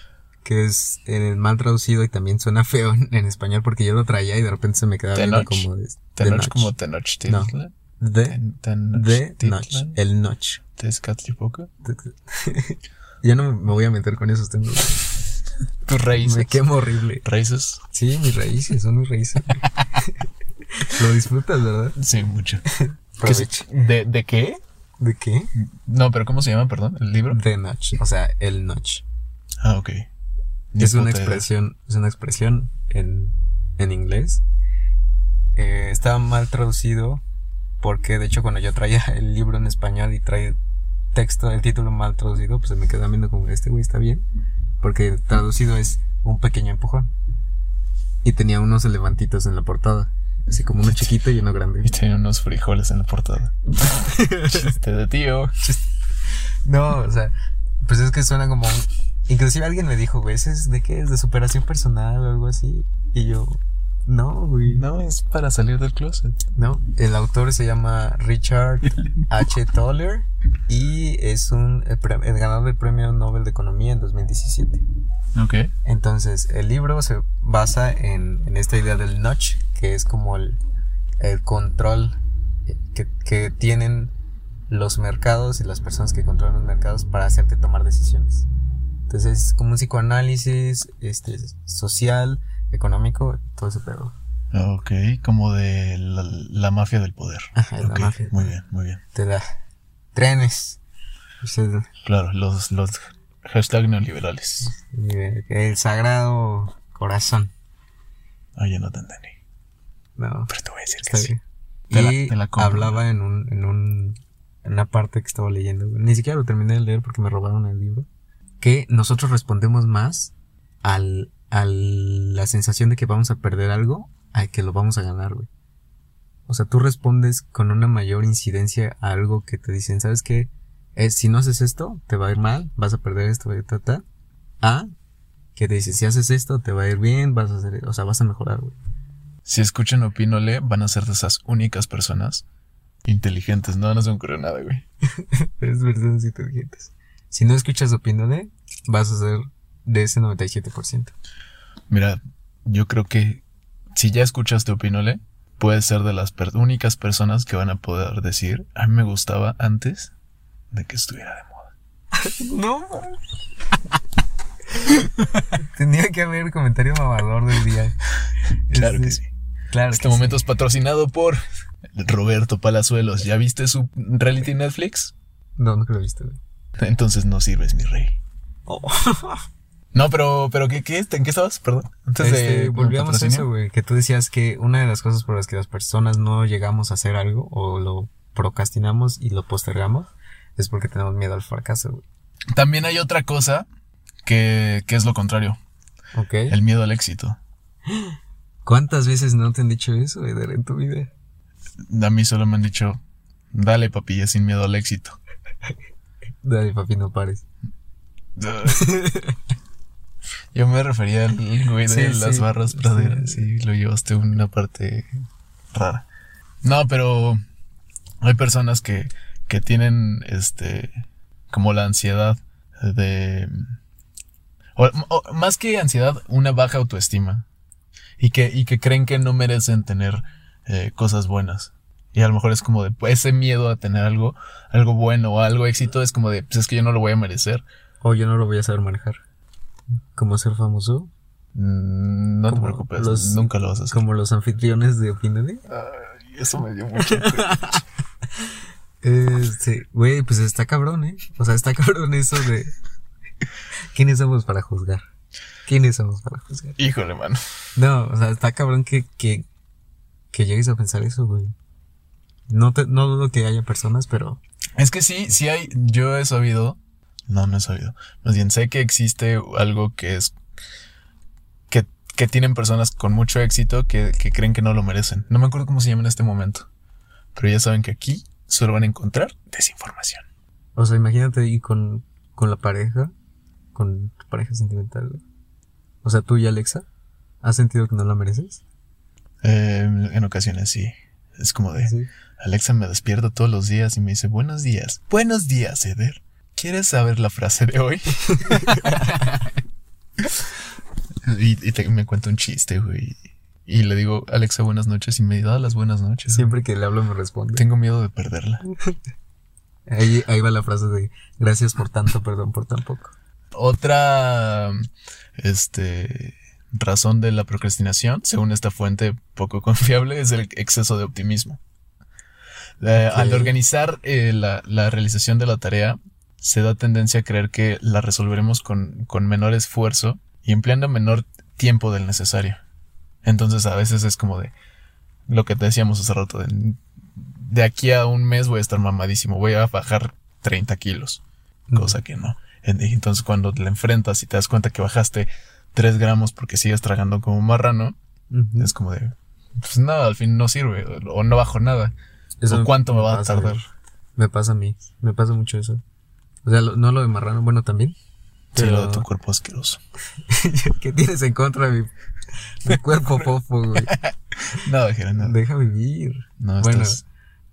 Speaker 1: que es eh, mal traducido y también suena feo en, en español porque yo lo traía y de repente se me quedaba
Speaker 2: The
Speaker 1: viendo
Speaker 2: Notch.
Speaker 1: como de,
Speaker 2: Tenoch
Speaker 1: The
Speaker 2: como
Speaker 1: Notch.
Speaker 2: Tenochtitlan.
Speaker 1: de,
Speaker 2: Ten-
Speaker 1: de Notch,
Speaker 2: Tenochtitlan.
Speaker 1: el Notch.
Speaker 2: Tezcatlipoca.
Speaker 1: Ya no me voy a meter con esos temas.
Speaker 2: Tus raíces.
Speaker 1: Me quemo horrible.
Speaker 2: Raíces.
Speaker 1: Sí, mis raíces, son mis raíces. Lo disfrutas, ¿verdad?
Speaker 2: Sí, mucho. ¿Qué se-
Speaker 1: Aprovecha.
Speaker 2: ¿De, ¿De qué?
Speaker 1: ¿De qué?
Speaker 2: No, pero ¿cómo se llama, perdón? ¿El libro?
Speaker 1: The Notch, o sea, el Notch.
Speaker 2: Ah, ok. Ni
Speaker 1: es una
Speaker 2: puta idea.
Speaker 1: expresión, es una expresión en, en inglés. Eh, está mal traducido porque de hecho cuando yo traía el libro en español y trae texto, el título mal traducido, pues se me quedaba viendo como este güey está bien. Porque traducido es un pequeño empujón. Y tenía unos elefantitos en la portada. Así como uno chiquito y uno
Speaker 2: Y
Speaker 1: grande.
Speaker 2: tenía unos frijoles en la portada. Chiste de tío.
Speaker 1: No, o sea, pues es que suena como... un- Inclusive alguien me dijo, güey, ¿ese es de qué? ¿Es de superación personal o algo así? Y yo, no, güey.
Speaker 2: No, es para salir del closet.
Speaker 1: No, el autor se llama Richard H. Toller y es un el, pre- el ganador del Premio Nobel de Economía en 2017.
Speaker 2: Ok.
Speaker 1: Entonces, el libro se basa en, en esta idea del notch, que es como el, el control que, que tienen los mercados y las personas que controlan los mercados para hacerte tomar decisiones. Entonces, es como un psicoanálisis este, social, económico, todo ese pedo.
Speaker 2: Ok, como de la, la mafia del poder.
Speaker 1: Ajá, Ah, la
Speaker 2: Ok,
Speaker 1: mafia.
Speaker 2: Muy bien, muy bien.
Speaker 1: Te da trenes, o sea,
Speaker 2: Claro, los, los hashtag neoliberales.
Speaker 1: eh, el sagrado corazón.
Speaker 2: Ah, ya no te entendí.
Speaker 1: No,
Speaker 2: Pero te voy a decir que
Speaker 1: está
Speaker 2: sí.
Speaker 1: bien.
Speaker 2: Te la-
Speaker 1: y
Speaker 2: te la compro.
Speaker 1: hablaba en un, en un en una parte que estaba leyendo, güey. ni siquiera lo terminé de leer porque me robaron el libro, que nosotros respondemos más al, a la sensación de que vamos a perder algo a que lo vamos a ganar, güey. O sea, tú respondes con una mayor incidencia a algo que te dicen, ¿sabes qué? Eh, si no haces esto, te va a ir mal, vas a perder esto, ta, ta, ta. A, que te dicen, si haces esto, te va a ir bien, vas a hacer, o sea, vas a mejorar, güey.
Speaker 2: Si escuchan Opinole, van a ser de esas únicas personas inteligentes. No, no se me ocurrió nada, güey.
Speaker 1: Es personas inteligentes. Si no escuchas Opinole, vas a ser de ese 97%.
Speaker 2: Mira, yo creo que si ya escuchaste Opinole, puedes ser de las per- únicas personas que van a poder decir, a mí me gustaba antes de que estuviera de moda.
Speaker 1: No. Tenía que haber comentario mamador del día.
Speaker 2: Claro que
Speaker 1: Este,
Speaker 2: sí.
Speaker 1: Claro.
Speaker 2: Este
Speaker 1: que sí.
Speaker 2: momento es patrocinado por Roberto Palazuelos. ¿Ya viste su reality Netflix?
Speaker 1: No, nunca lo he visto. güey.
Speaker 2: Entonces no sirves, mi rey. No, pero, pero ¿qué, qué, ¿en qué estabas? Perdón. Antes
Speaker 1: Este,
Speaker 2: de
Speaker 1: volvíamos a
Speaker 2: patrocinio.
Speaker 1: eso, güey, que tú decías que una de las cosas por las que las personas no llegamos a hacer algo o lo procrastinamos y lo postergamos es porque tenemos miedo al fracaso, güey.
Speaker 2: También hay otra cosa que, que es lo contrario,
Speaker 1: ¿Ok?
Speaker 2: el miedo al éxito.
Speaker 1: ¿Cuántas veces no te han dicho eso, güey, en tu vida?
Speaker 2: A mí solo me han dicho, dale papilla sin miedo al éxito.
Speaker 1: Dale, papi, no pares.
Speaker 2: Yo me refería al güey de
Speaker 1: Sí,
Speaker 2: las
Speaker 1: sí.
Speaker 2: barras praderas y lo llevaste a una parte rara. No, pero hay personas que, que tienen este como la ansiedad de o- o más que ansiedad, una baja autoestima y que, y que creen que no merecen tener eh, cosas buenas. Y a lo mejor es como de pues, ese miedo a tener algo, algo bueno o algo éxito es como de pues es que yo no lo voy a merecer.
Speaker 1: O yo no lo voy a saber manejar. Como ser famoso,
Speaker 2: Mm, No te
Speaker 1: Como
Speaker 2: preocupes,
Speaker 1: los-
Speaker 2: nunca lo vas a hacer.
Speaker 1: como los anfitriones de Opinale.
Speaker 2: Ay, eso me dio mucho.
Speaker 1: Este, güey, pues está cabrón, ¿eh? O sea, está cabrón eso de... ¿Quiénes somos para juzgar? ¿Quiénes somos para juzgar?
Speaker 2: Híjole, mano.
Speaker 1: No, o sea, está cabrón que, que, que llegues a pensar eso, güey. No, te, no dudo que haya personas, pero...
Speaker 2: Es que sí, sí hay. Yo he sabido. No, no he sabido. Más bien sé que existe algo que es. que, que tienen personas con mucho éxito que, que creen que no lo merecen. No me acuerdo cómo se llama en este momento. Pero ya saben que aquí solo van a encontrar desinformación.
Speaker 1: O sea, imagínate y con, con la pareja, con tu pareja sentimental, güey. O sea, tú y Alexa, ¿has sentido que no la mereces?
Speaker 2: Eh, en ocasiones sí. Es como de.
Speaker 1: Sí.
Speaker 2: Alexa me despierta todos los días y me dice buenos días. Buenos días, Eder. ¿Quieres saber la frase de hoy? y y te- me cuenta un chiste, güey. Y le digo, Alexa, buenas noches. Y me da las buenas noches.
Speaker 1: Siempre que le hablo me responde.
Speaker 2: Tengo miedo de perderla.
Speaker 1: Ahí, ahí va la frase de gracias por tanto, perdón por tan poco.
Speaker 2: Otra este, razón de la procrastinación, según esta fuente poco confiable, es el exceso de optimismo. Eh,
Speaker 1: Ok.
Speaker 2: Al organizar eh, la, la realización de la tarea, se da tendencia a creer que la resolveremos con, con menor esfuerzo y empleando menor tiempo del necesario. Entonces a veces es como de lo que te decíamos hace rato, de, de aquí a un mes voy a estar mamadísimo, voy a bajar 30 kilos
Speaker 1: Mm.
Speaker 2: cosa que no. En- y Entonces cuando te la enfrentas y te das cuenta que bajaste 3 gramos porque sigues tragando como un marrano,
Speaker 1: Ujú.
Speaker 2: es como de, pues nada, al fin no sirve, o- o no bajo nada,
Speaker 1: Eso
Speaker 2: o cuánto me va a
Speaker 1: pasa,
Speaker 2: tardar.
Speaker 1: güey. Me pasa a mí, me pasa mucho eso. O sea, lo- no lo de marrano, bueno también.
Speaker 2: Sí, lo
Speaker 1: Pero-
Speaker 2: de tu cuerpo asqueroso.
Speaker 1: ¿Qué tienes en contra de mi, mi cuerpo fofo, güey?
Speaker 2: Nada, Jera, nada.
Speaker 1: Deja vivir.
Speaker 2: No,
Speaker 1: bueno,
Speaker 2: estás-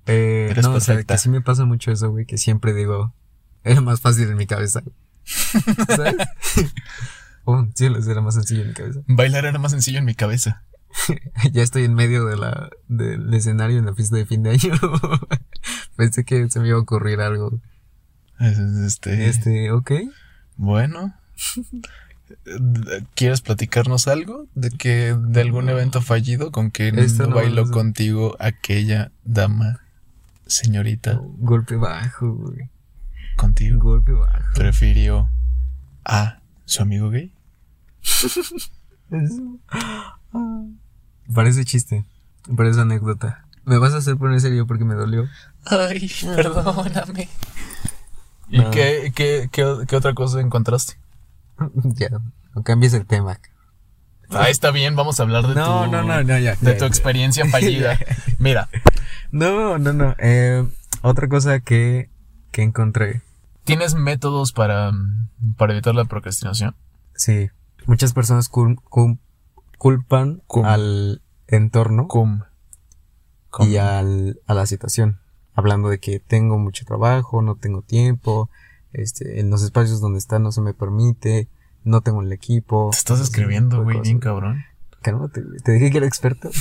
Speaker 1: Eh,
Speaker 2: eres
Speaker 1: no, o sea,
Speaker 2: perfecta.
Speaker 1: que sí me pasa mucho eso, güey, que siempre digo, era más fácil en mi cabeza. güey". ¿Sabes? oh, sí, era más sencillo en mi cabeza.
Speaker 2: Bailar era más sencillo en mi cabeza.
Speaker 1: ya estoy en medio de la, del escenario en la fiesta de fin de año. Pensé que se me iba a ocurrir algo.
Speaker 2: Es- es Este,
Speaker 1: Este, ok.
Speaker 2: Bueno. ¿Quieres platicarnos algo de que de algún evento fallido con que
Speaker 1: Esto
Speaker 2: no
Speaker 1: no
Speaker 2: bailó
Speaker 1: es-
Speaker 2: contigo aquella dama, señorita,
Speaker 1: Golpe bajo, güey.
Speaker 2: contigo?
Speaker 1: Golpe bajo.
Speaker 2: Prefirió a su amigo gay.
Speaker 1: Es- Ah. Parece chiste. Parece anécdota. Me vas a hacer poner serio porque me dolió.
Speaker 2: Ay, perdóname. ¿Y
Speaker 1: No.
Speaker 2: qué, qué- qué- qué otra cosa encontraste?
Speaker 1: ya, no cambies el tema.
Speaker 2: Ah, está bien, vamos a hablar de tu,
Speaker 1: ya.
Speaker 2: de tu experiencia fallida. Mira,
Speaker 1: No, no, no. Eh, otra cosa que, que encontré.
Speaker 2: ¿tienes métodos para, mm, para evitar la procrastinación?
Speaker 1: Sí. Muchas personas cul- cul- culpan
Speaker 2: Cum.
Speaker 1: al entorno
Speaker 2: Cum.
Speaker 1: y al, a la situación. Hablando de que tengo mucho trabajo, no tengo tiempo, este, en los espacios donde está no se me permite, no tengo el equipo.
Speaker 2: Te estás escribiendo, güey, bien cabrón.
Speaker 1: Cálmate, güey, te dije que era experto.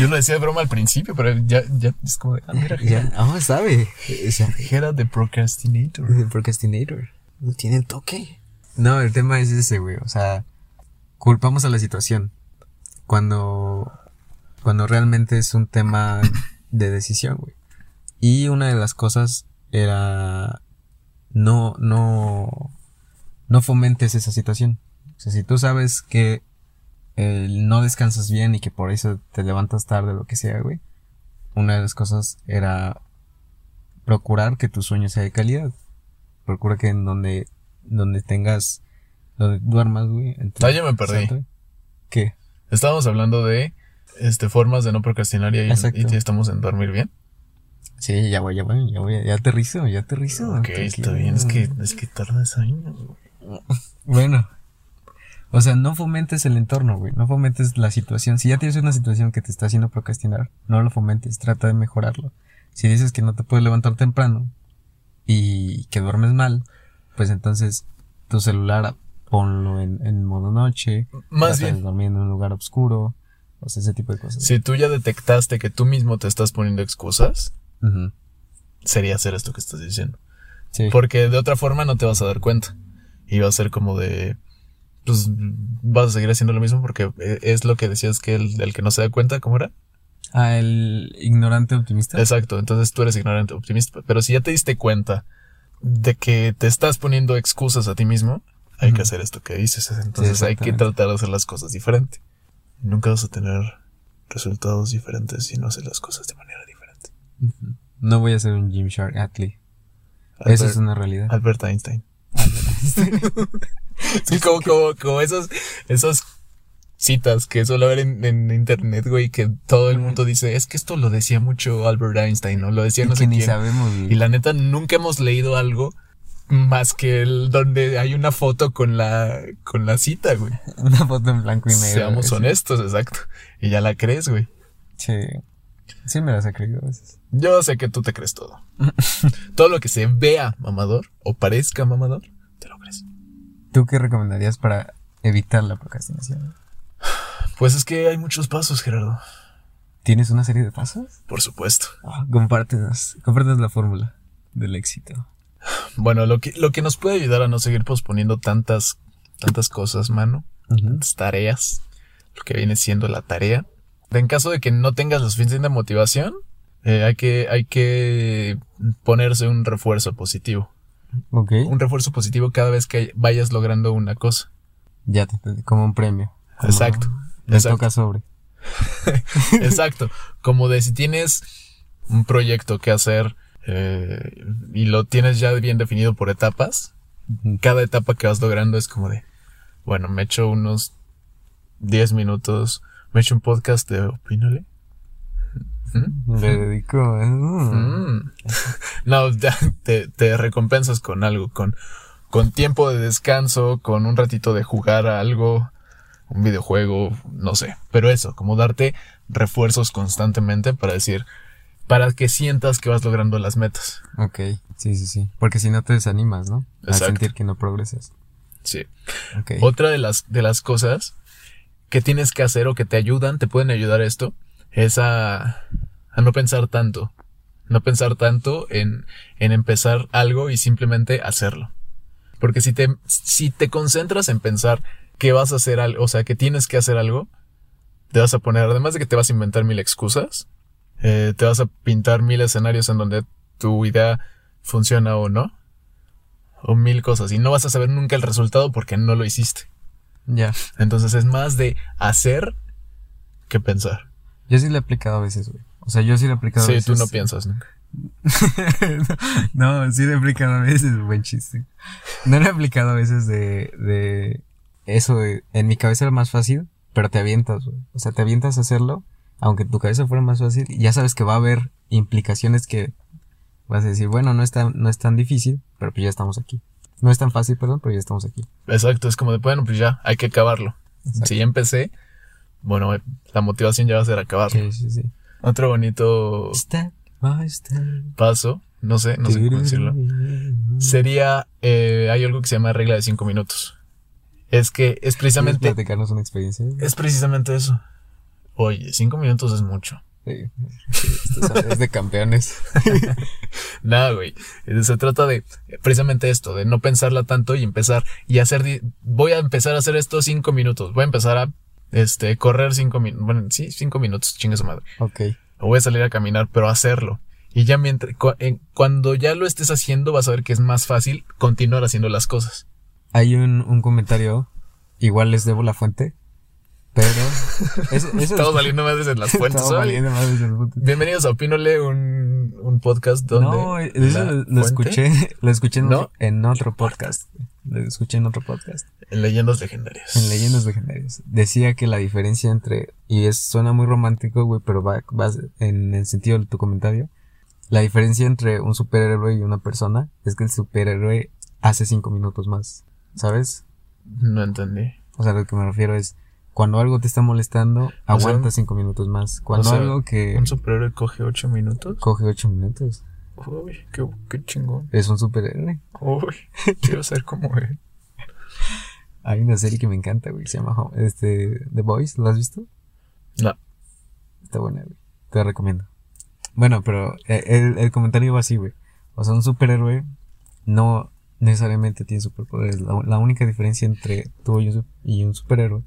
Speaker 2: Yo lo decía de broma al principio, pero ya, ya es como de, ah, mira,
Speaker 1: ya, ah, sabe. Ya.
Speaker 2: Jera de procrastinator.
Speaker 1: El procrastinator. No tiene el toque. No, el tema es ese, güey. O sea, culpamos a la situación. Cuando, cuando realmente es un tema de decisión, güey. Y una de las cosas era no, no, no fomentes esa situación. O sea, si tú sabes que eh, no descansas bien y que por eso te levantas tarde, lo que sea, güey. Una de las cosas era procurar que tu sueño sea de calidad. Procura que en donde, donde tengas, donde duermas, güey. en tu-
Speaker 2: Ah, ya me perdí.
Speaker 1: santo- ¿Qué?
Speaker 2: Estábamos hablando de este, formas de no procrastinar y,
Speaker 1: Exacto.
Speaker 2: y ya estamos en dormir bien.
Speaker 1: Sí, ya voy, ya voy, ya voy, ya aterrizo, ya aterrizo.
Speaker 2: ok,
Speaker 1: tranquilo.
Speaker 2: está bien, es que, es que tardas años, güey.
Speaker 1: Bueno. O sea, no fomentes el entorno, güey. No fomentes la situación. Si ya tienes una situación que te está haciendo procrastinar, no lo fomentes, trata de mejorarlo. Si dices que no te puedes levantar temprano y que duermes mal, pues entonces tu celular ponlo en, en modo noche.
Speaker 2: Más
Speaker 1: trata de
Speaker 2: bien,
Speaker 1: dormir en un lugar oscuro. O sea, ese tipo de cosas.
Speaker 2: si tú ya detectaste que tú mismo te estás poniendo excusas,
Speaker 1: Ujú.
Speaker 2: sería hacer esto que estás diciendo.
Speaker 1: Sí.
Speaker 2: Porque de otra forma no te vas a dar cuenta. Y va a ser como de. Pues vas a seguir haciendo lo mismo porque eh, es lo que decías que el, el que no se da cuenta, ¿cómo era?
Speaker 1: Ah, el ignorante optimista.
Speaker 2: Exacto, entonces tú eres ignorante optimista. Pero si ya te diste cuenta de que te estás poniendo excusas a ti mismo, hay que
Speaker 1: Ujú.
Speaker 2: hacer esto que dices. Entonces hay que
Speaker 1: exactamente.
Speaker 2: tratar de hacer las cosas diferente. Nunca vas a tener resultados diferentes si no haces las cosas de manera diferente.
Speaker 1: Ujú. No voy a ser un Jim Shark Atlee. Eso es
Speaker 2: Albert-
Speaker 1: una realidad.
Speaker 2: Albert Einstein. Sí, como, como, como esas, esas citas que suelo ver en, en internet, güey, que todo el mundo dice, es que esto lo decía mucho Albert Einstein, ¿no? Lo decía
Speaker 1: Y
Speaker 2: no
Speaker 1: que
Speaker 2: sé
Speaker 1: ni
Speaker 2: quién.
Speaker 1: sabemos. güey.
Speaker 2: Y la neta, nunca hemos leído algo más que el donde hay una foto con la, con la cita, güey.
Speaker 1: Una foto en blanco y negro.
Speaker 2: Seamos
Speaker 1: güey.
Speaker 2: honestos, exacto. Y ya la crees, güey.
Speaker 1: Sí. Sí me las he creído a veces.
Speaker 2: Yo sé que tú te crees todo. todo lo que se vea mamador o parezca mamador, te lo crees.
Speaker 1: ¿Tú qué recomendarías para evitar la procrastinación?
Speaker 2: Pues es que hay muchos pasos, Gerardo.
Speaker 1: ¿Tienes una serie de pasos?
Speaker 2: Por supuesto.
Speaker 1: Ah, compártenos. Compártenos la fórmula del éxito.
Speaker 2: Bueno, lo que, lo que nos puede ayudar a no seguir posponiendo tantas, tantas cosas, mano, tantas tareas, lo que viene siendo la tarea. En caso de que no tengas la suficiente motivación, eh, hay, que, hay que ponerse un refuerzo positivo.
Speaker 1: Ok.
Speaker 2: Un refuerzo positivo cada vez que vayas logrando una cosa.
Speaker 1: Ya te entendí. Como un premio. Como
Speaker 2: Exacto,
Speaker 1: Me
Speaker 2: exacto.
Speaker 1: toca sobre.
Speaker 2: Exacto. Como de si tienes un proyecto que hacer eh, y lo tienes ya bien definido por etapas,
Speaker 1: Ujú.
Speaker 2: cada etapa que vas logrando es como de, bueno, me echo unos 10 minutos, me echo un podcast de Opínale. ¿Mm?
Speaker 1: Le dedico. a-
Speaker 2: Mm. No, ya te, te recompensas con algo, con, con tiempo de descanso, con un ratito de jugar a algo, un videojuego, no sé. Pero eso, como darte refuerzos constantemente para decir, para que sientas que vas logrando las metas.
Speaker 1: Ok. Sí, sí, sí. Porque si no te desanimas, ¿no? Al
Speaker 2: Exacto.
Speaker 1: sentir que no progresas.
Speaker 2: Sí.
Speaker 1: Ok.
Speaker 2: Otra de las, de las cosas que tienes que hacer o que te ayudan, te pueden ayudar a esto, es a, a no pensar tanto. No pensar tanto en, en empezar algo y simplemente hacerlo. Porque si te, si te concentras en pensar que vas a hacer algo, o sea, que tienes que hacer algo, te vas a poner, además de que te vas a inventar mil excusas, eh, te vas a pintar mil escenarios en donde tu idea funciona o no, o mil cosas, y no vas a saber nunca el resultado porque no lo hiciste.
Speaker 1: Ya.
Speaker 2: Entonces es más de hacer que pensar.
Speaker 1: Yo sí lo he aplicado a veces, güey. O sea, yo sí lo he aplicado a
Speaker 2: Sí,
Speaker 1: veces.
Speaker 2: tú no piensas nunca.
Speaker 1: no, sí lo he aplicado a veces, buen chiste. No lo he aplicado a veces de, de eso, de- en mi cabeza era más fácil, pero te avientas, güey. O sea, te avientas a hacerlo, aunque en tu cabeza fuera más fácil, y ya sabes que va a haber implicaciones que vas a decir, bueno, no es tan, no es tan difícil, pero pues ya estamos aquí. No es tan fácil, perdón, pero ya estamos aquí.
Speaker 2: Exacto, es como de, bueno, pues ya, hay que acabarlo. Si ya empecé, bueno, eh, la motivación ya va a ser
Speaker 1: Sí,
Speaker 2: acabarlo.
Speaker 1: sí, sí.
Speaker 2: Otro bonito
Speaker 1: Step by step.
Speaker 2: paso, no sé, no sé cómo decirlo. Sería, eh, hay algo que se llama regla de cinco minutos. Es que es
Speaker 1: ¿Quieres
Speaker 2: precisamente,
Speaker 1: platicarnos una experiencia?
Speaker 2: es precisamente eso. Oye, cinco minutos es mucho.
Speaker 1: Sí. Sí, esto es- es de campeones.
Speaker 2: Nada, güey. Eh, Se trata de eh, precisamente esto, de no pensarla tanto y empezar y hacer. di- Voy a empezar a hacer esto cinco minutos. Voy a empezar a este, correr cinco minutos. Bueno, sí, cinco minutos, chingue su madre.
Speaker 1: Ok.
Speaker 2: O voy a salir a caminar, pero hacerlo. Y ya mientras, cu- en- cuando ya lo estés haciendo, vas a ver que es más fácil continuar haciendo las cosas.
Speaker 1: Hay un, un comentario, igual les debo la fuente, pero... Eso, eso
Speaker 2: Estamos valiendo más desde las fuentes.
Speaker 1: Estamos
Speaker 2: hoy.
Speaker 1: valiendo madres en las fuentes.
Speaker 2: Bienvenidos a Opinole, un, un podcast donde.
Speaker 1: No, eso
Speaker 2: la
Speaker 1: lo
Speaker 2: fuente,
Speaker 1: escuché, lo escuché en,
Speaker 2: ¿No?
Speaker 1: otro- en otro podcast. Lo escuché en otro podcast.
Speaker 2: En leyendas legendarias.
Speaker 1: En Leyendas Legendarias. Decía que la diferencia entre. Y es, suena muy romántico, güey, pero va, va en el sentido de tu comentario. La diferencia entre un superhéroe y una persona es que el superhéroe hace cinco minutos más. ¿Sabes?
Speaker 2: No entendí.
Speaker 1: O sea, lo que me refiero es. Cuando algo te está molestando, aguanta
Speaker 2: sea,
Speaker 1: cinco minutos más. Cuando
Speaker 2: o sea,
Speaker 1: algo que
Speaker 2: ¿Un superhéroe coge ocho minutos?
Speaker 1: coge ocho minutos,
Speaker 2: Uy, qué, qué chingón.
Speaker 1: es un superhéroe.
Speaker 2: Uy, quiero ser como él.
Speaker 1: Hay una serie que me encanta, güey, que se llama Ho- este, The Boys. ¿Lo has visto?
Speaker 2: No.
Speaker 1: Está buena, güey. Te la recomiendo. Bueno, pero eh, el, el comentario va así, güey. O sea, un superhéroe no necesariamente tiene superpoderes. La, la única diferencia entre tú y un, su- y un superhéroe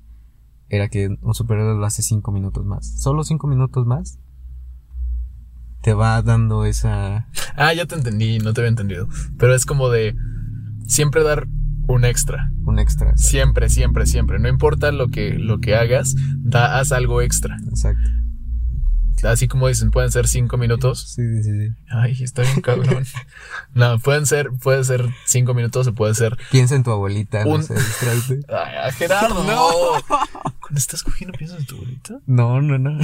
Speaker 1: era que un superhéroe lo hace cinco minutos más. Solo cinco minutos más te va dando esa...
Speaker 2: Ah, ya te entendí, no te había entendido. Pero es como de siempre dar un extra.
Speaker 1: un extra.
Speaker 2: Siempre, siempre, siempre. No importa lo que, lo que hagas, da, haz algo extra.
Speaker 1: Exacto.
Speaker 2: Así como dicen, pueden ser cinco minutos.
Speaker 1: Sí, sí, sí.
Speaker 2: Ay, está bien cabrón. No, pueden ser, puede ser cinco minutos o puede ser.
Speaker 1: Piensa en tu abuelita, no
Speaker 2: Un-
Speaker 1: sé, distráete.
Speaker 2: Ay, a Gerardo. No. Cuando estás cogiendo piensas en tu abuelita.
Speaker 1: No, no, no.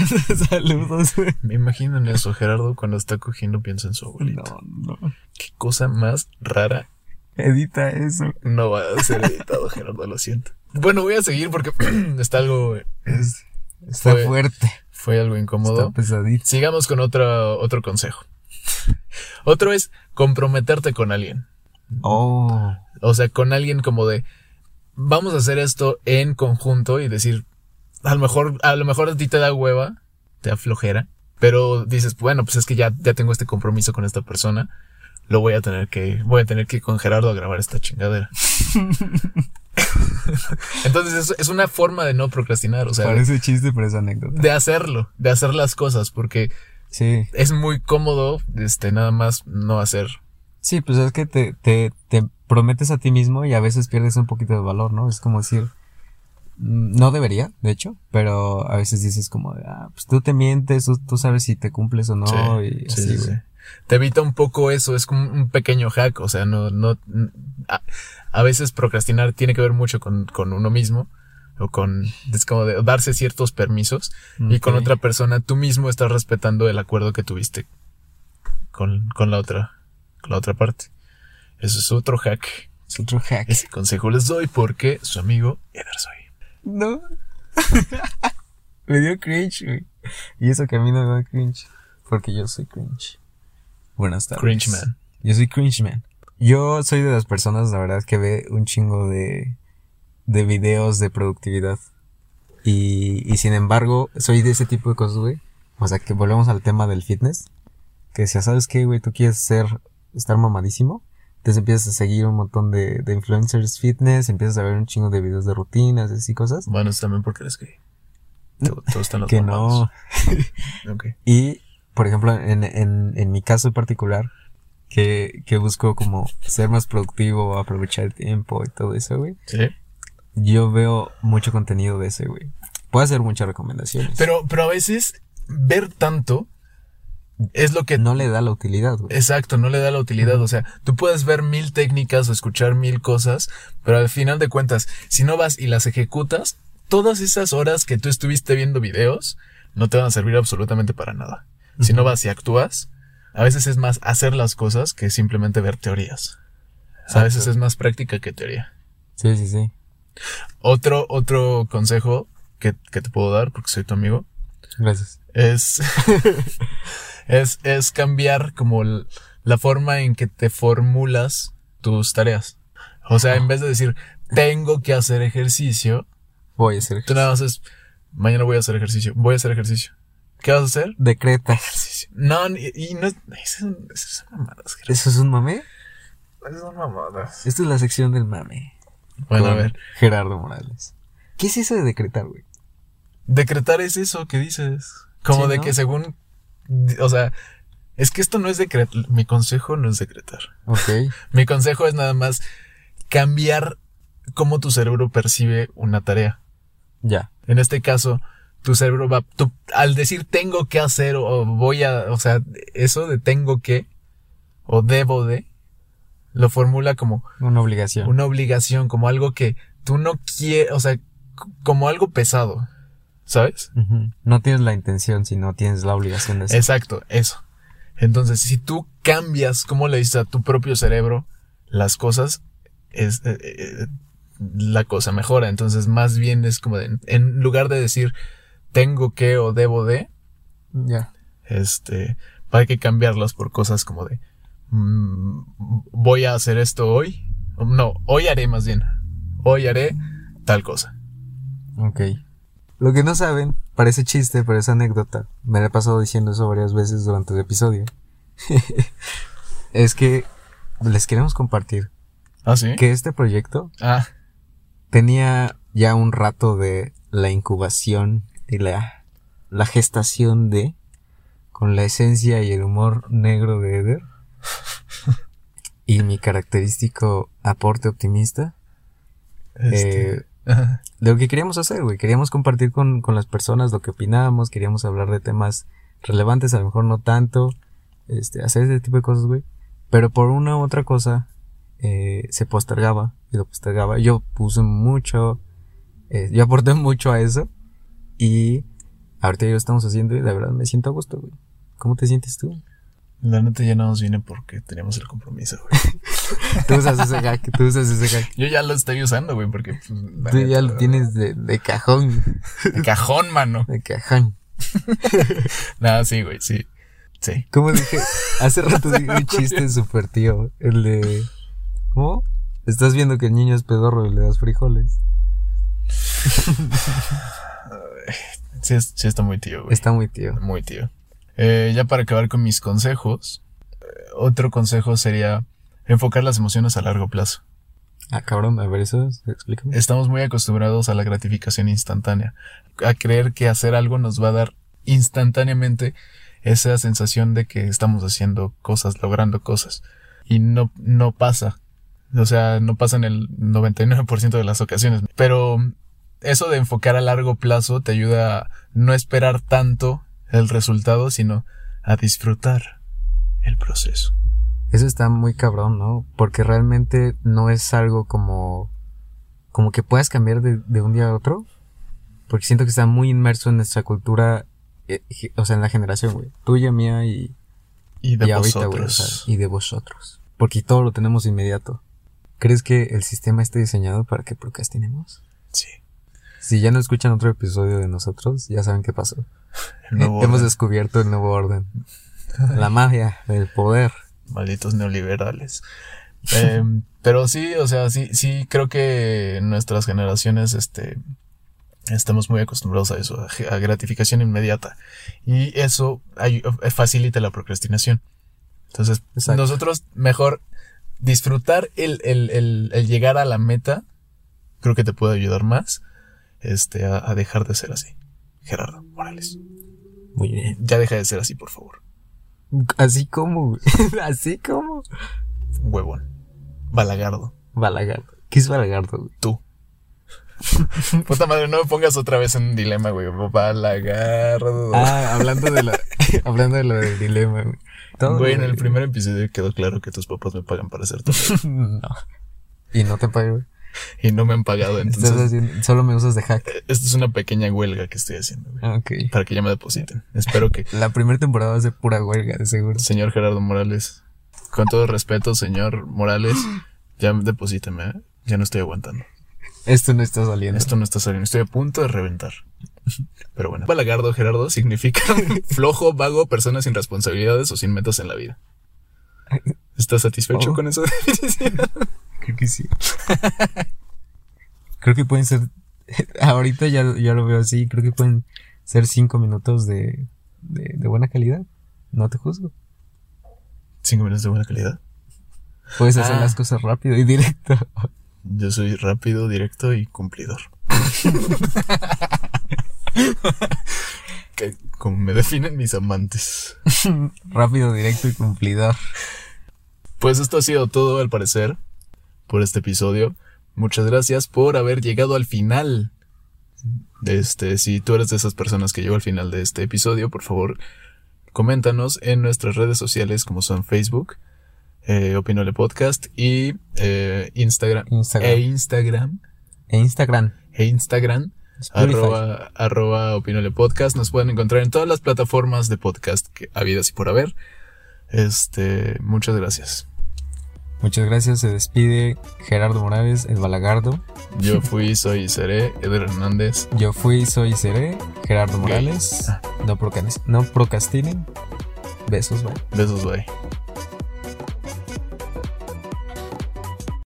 Speaker 1: Saludos. güey.
Speaker 2: Me imagino en eso, Gerardo, cuando está cogiendo piensa en su abuelita.
Speaker 1: No, no.
Speaker 2: Qué cosa más rara
Speaker 1: Edita eso.
Speaker 2: No va a ser editado, Gerardo, lo siento. Bueno, voy a seguir porque está algo.
Speaker 1: Es- está
Speaker 2: Fue-
Speaker 1: fuerte.
Speaker 2: Fue algo
Speaker 1: Está
Speaker 2: incómodo.
Speaker 1: pesadito.
Speaker 2: Sigamos con otro, otro consejo. Otro es comprometerte con alguien.
Speaker 1: Oh.
Speaker 2: O sea, con alguien como de. Vamos a hacer esto en conjunto y decir. A lo mejor, a lo mejor a ti te da hueva, te aflojera. Pero dices, bueno, pues es que ya, ya tengo este compromiso con esta persona. Lo voy a tener que. Voy a tener que ir con Gerardo a grabar esta chingadera. Entonces es, es una forma de no procrastinar, o sea, de,
Speaker 1: Parece chiste, pero es anécdota.
Speaker 2: de hacerlo, de hacer las cosas, porque
Speaker 1: Sí.
Speaker 2: es muy cómodo, este, nada más no hacer.
Speaker 1: Sí, pues es que te, te, te prometes a ti mismo y a veces pierdes un poquito de valor, ¿no? Es como decir. mm, No debería, de hecho, pero a veces dices como, ah, pues tú te mientes, tú, tú sabes si te cumples o no,
Speaker 2: Sí,
Speaker 1: y
Speaker 2: sí,
Speaker 1: así,
Speaker 2: sí,
Speaker 1: güey.
Speaker 2: sí. Te evita un poco eso, es como un pequeño hack, o sea, no, no, a, a veces procrastinar tiene que ver mucho con, con uno mismo, o con, es como de darse ciertos permisos, y con
Speaker 1: Ok.
Speaker 2: otra persona tú mismo estás respetando el acuerdo que tuviste con, con la otra, con la otra parte. Eso es otro hack.
Speaker 1: Es otro hack.
Speaker 2: Ese consejo les doy porque su amigo Edersoy.
Speaker 1: No. Me dio cringe, güey. Y eso que a mí no me da cringe. Porque yo soy cringe. Buenas tardes.
Speaker 2: Cringe man.
Speaker 1: Yo soy cringe man. Yo soy de las personas, la verdad, que ve un chingo de, de videos de productividad. Y, y sin embargo, soy de ese tipo de cosas, güey. O sea, que volvemos al tema del fitness. Que decía, ¿sabes qué, güey? Tú quieres ser, estar mamadísimo. Entonces empiezas a seguir un montón de, de influencers fitness, empiezas a ver un chingo de videos de rutinas, así cosas.
Speaker 2: Bueno, es también porque eres gay. Todo, todo está en los
Speaker 1: Que no.
Speaker 2: no. Ok.
Speaker 1: Y, por ejemplo, en, en, en mi caso en particular, que, que busco como ser más productivo, aprovechar el tiempo y todo eso, güey.
Speaker 2: Sí.
Speaker 1: Yo veo mucho contenido de ese, güey. Puedo hacer muchas recomendaciones.
Speaker 2: Pero, pero a veces ver tanto es lo que
Speaker 1: no le da la utilidad, güey.
Speaker 2: Exacto, no le da la utilidad. O sea, tú puedes ver mil técnicas o escuchar mil cosas, pero al final de cuentas, si no vas y las ejecutas, todas esas horas que tú estuviste viendo videos no te van a servir absolutamente para nada. Si no vas y actúas, a veces es más hacer las cosas que simplemente ver teorías. A veces
Speaker 1: Exacto.
Speaker 2: es más práctica que teoría.
Speaker 1: Sí, sí, sí.
Speaker 2: Otro, otro consejo que, que te puedo dar, porque soy tu amigo,
Speaker 1: Gracias.
Speaker 2: es, es, es cambiar como l- la forma en que te formulas tus tareas. O sea, en vez de decir, tengo que hacer ejercicio,
Speaker 1: Voy a hacer
Speaker 2: tú nada más es, mañana voy a hacer ejercicio, voy a hacer ejercicio. ¿Qué vas a hacer?
Speaker 1: decreta.
Speaker 2: Ejercicio. No, ni- y no es, esas son, esas son mamadas, Gerardo.
Speaker 1: ¿Eso es un mame?
Speaker 2: Esas son mamadas.
Speaker 1: Esta es la sección del mame.
Speaker 2: Bueno, a
Speaker 1: Con
Speaker 2: ver.
Speaker 1: Gerardo Morales. ¿Qué es eso de decretar, güey?
Speaker 2: Decretar es eso que dices. Como
Speaker 1: Sí,
Speaker 2: de
Speaker 1: ¿no?
Speaker 2: que según, o sea, es que esto no es decretar, mi consejo no es decretar.
Speaker 1: Ok.
Speaker 2: Mi consejo es nada más cambiar cómo tu cerebro percibe una tarea.
Speaker 1: ya.
Speaker 2: En este caso, tu cerebro va, tú- al decir tengo que hacer o voy a, o sea, eso de tengo que o debo de, lo formula como
Speaker 1: Una obligación.
Speaker 2: una obligación, como algo que tú no quieres, o sea, c- como algo pesado, ¿sabes?
Speaker 1: Ujú. No tienes la intención, sino tienes la obligación de hacer.
Speaker 2: Exacto, eso. Entonces, si tú cambias cómo le dices a tu propio cerebro las cosas, es, eh, eh, la cosa mejora. Entonces, más bien es como de- en lugar de decir tengo que o debo de,
Speaker 1: Ya.
Speaker 2: este, hay que cambiarlas por cosas como de mm, voy a hacer esto hoy. No, hoy haré más bien. Hoy haré tal cosa.
Speaker 1: Ok. Lo que no saben, parece chiste, pero es anécdota. Me la he pasado diciendo eso varias veces durante el episodio. es que les queremos compartir
Speaker 2: Ah, sí.
Speaker 1: que este proyecto
Speaker 2: Ah,
Speaker 1: tenía ya un rato de la incubación y la, la gestación de, con la esencia y el humor negro de Eder, y mi característico aporte optimista,
Speaker 2: este,
Speaker 1: eh, de lo que queríamos hacer, güey. Queríamos compartir con, con las personas lo que opinábamos, queríamos hablar de temas relevantes, a lo mejor no tanto, este, hacer ese tipo de cosas, güey. Pero por una u otra cosa, eh, se postergaba y lo postergaba. Yo puse mucho, eh, yo aporté mucho a eso y ahorita ya lo estamos haciendo y la verdad me siento a gusto, güey. ¿Cómo te sientes tú?
Speaker 2: la neta ya no nos viene porque teníamos el compromiso, güey.
Speaker 1: Tú usas ese hack, tú usas ese hack.
Speaker 2: Yo ya lo estoy usando, güey, porque pues, la
Speaker 1: Tú
Speaker 2: neta,
Speaker 1: ya lo tienes de, de cajón,
Speaker 2: De cajón, mano.
Speaker 1: de cajón.
Speaker 2: Nada, sí, güey, sí. Sí.
Speaker 1: ¿Cómo dije? Hace rato dije un chiste súper tío. El de. ¿Cómo? Estás viendo que el niño es pedorro y le das frijoles.
Speaker 2: Sí, es- sí está muy tío, güey.
Speaker 1: Está muy tío.
Speaker 2: Muy tío. Eh, ya para acabar con mis consejos, eh, otro consejo sería enfocar las emociones a largo plazo.
Speaker 1: Ah, cabrón, a ver eso, explícame.
Speaker 2: Estamos muy acostumbrados a la gratificación instantánea, a creer que hacer algo nos va a dar instantáneamente esa sensación de que estamos haciendo cosas, logrando cosas. Y no, no pasa. O sea, no pasa en el 99% de las ocasiones. Pero eso de enfocar a largo plazo te ayuda a no esperar tanto el resultado, sino a disfrutar el proceso.
Speaker 1: Eso está muy cabrón, ¿no? Porque realmente no es algo como. Como que puedas cambiar de, de un día a otro. Porque siento que está muy inmerso en nuestra cultura. eh, ge- o sea, en la generación, güey. Tuya, mía y.
Speaker 2: Y de
Speaker 1: y ahorita, güey, o
Speaker 2: vosotros.
Speaker 1: sea, y de vosotros. Porque todo lo tenemos inmediato. ¿Crees que el sistema esté diseñado para que procrastinemos?
Speaker 2: Sí.
Speaker 1: Si ya no escuchan otro episodio de nosotros, ya saben qué pasó.
Speaker 2: El nuevo
Speaker 1: Hemos
Speaker 2: orden.
Speaker 1: descubierto el nuevo orden. La magia del poder.
Speaker 2: Malditos neoliberales. Eh, pero sí, o sea, sí, sí creo que nuestras generaciones, este, Estamos muy acostumbrados a eso, a a gratificación inmediata. Y eso ay- eh, facilita la procrastinación. Entonces,
Speaker 1: Exacto.
Speaker 2: nosotros mejor disfrutar el, el- el- el llegar a la meta, creo que te puede ayudar más este, a, a dejar de ser así. Gerardo Morales,
Speaker 1: Muy bien.
Speaker 2: ya deja de ser así, por favor.
Speaker 1: Así como, güey. así como.
Speaker 2: Huevón. Balagardo.
Speaker 1: Balagardo. ¿Qué es Balagardo, güey?
Speaker 2: Tú. Puta madre, no me pongas otra vez en dilema, güey. Balagardo.
Speaker 1: Ah, hablando de la, hablando de lo del dilema, güey. Todo,
Speaker 2: Güey, en el primer episodio quedó claro que tus papás me pagan para hacer todo.
Speaker 1: no. Y no te pago, güey.
Speaker 2: Y no me han pagado,
Speaker 1: Estás
Speaker 2: entonces.
Speaker 1: haciendo- solo me usas de hack. Ah,
Speaker 2: eh, Esto es una pequeña huelga que estoy haciendo, güey.
Speaker 1: Ok.
Speaker 2: Para que ya me depositen. Espero que.
Speaker 1: La primera temporada va a ser pura huelga, de seguro.
Speaker 2: Señor Gerardo Morales. Con todo respeto, señor Morales. Ya deposíteme, ¿eh? Ya no estoy aguantando.
Speaker 1: Esto no está saliendo.
Speaker 2: Esto no está saliendo. Estoy a punto de reventar. Pero bueno. Balagardo, Gerardo, significa flojo, vago, persona sin responsabilidades o sin metas en la vida. ¿Estás satisfecho
Speaker 1: Oh.
Speaker 2: con eso?
Speaker 1: Creo que sí. creo que pueden ser. Ahorita ya, ya lo veo así. Creo que pueden ser cinco minutos de, de, de buena calidad. No te juzgo.
Speaker 2: Cinco minutos de buena calidad.
Speaker 1: Puedes hacer
Speaker 2: Ah.
Speaker 1: las cosas rápido y directo.
Speaker 2: Yo soy rápido, directo y cumplidor. Que- como me definen mis amantes.
Speaker 1: rápido, directo y cumplidor.
Speaker 2: Pues esto ha sido todo al parecer por este episodio. Muchas gracias por haber llegado al final. de Este, si tú eres de esas personas que llegó al final de este episodio, por favor, coméntanos en nuestras redes sociales como son Facebook, eh, Opinole Podcast y eh, Instagram,
Speaker 1: Instagram.
Speaker 2: e Instagram
Speaker 1: E Instagram.
Speaker 2: e Instagram
Speaker 1: Spotify.
Speaker 2: arroba, arroba Opinole Podcast. Nos pueden encontrar en todas las plataformas de podcast que, habidas y por haber. Este, muchas gracias.
Speaker 1: Muchas gracias. Se despide Gerardo Morales, el Balagardo.
Speaker 2: Yo fui, soy y seré Eder Hernández.
Speaker 1: Yo fui, soy y seré Gerardo Morales.
Speaker 2: Ah.
Speaker 1: No, procranes- no procrastinen. Besos, bye.
Speaker 2: Besos, bye.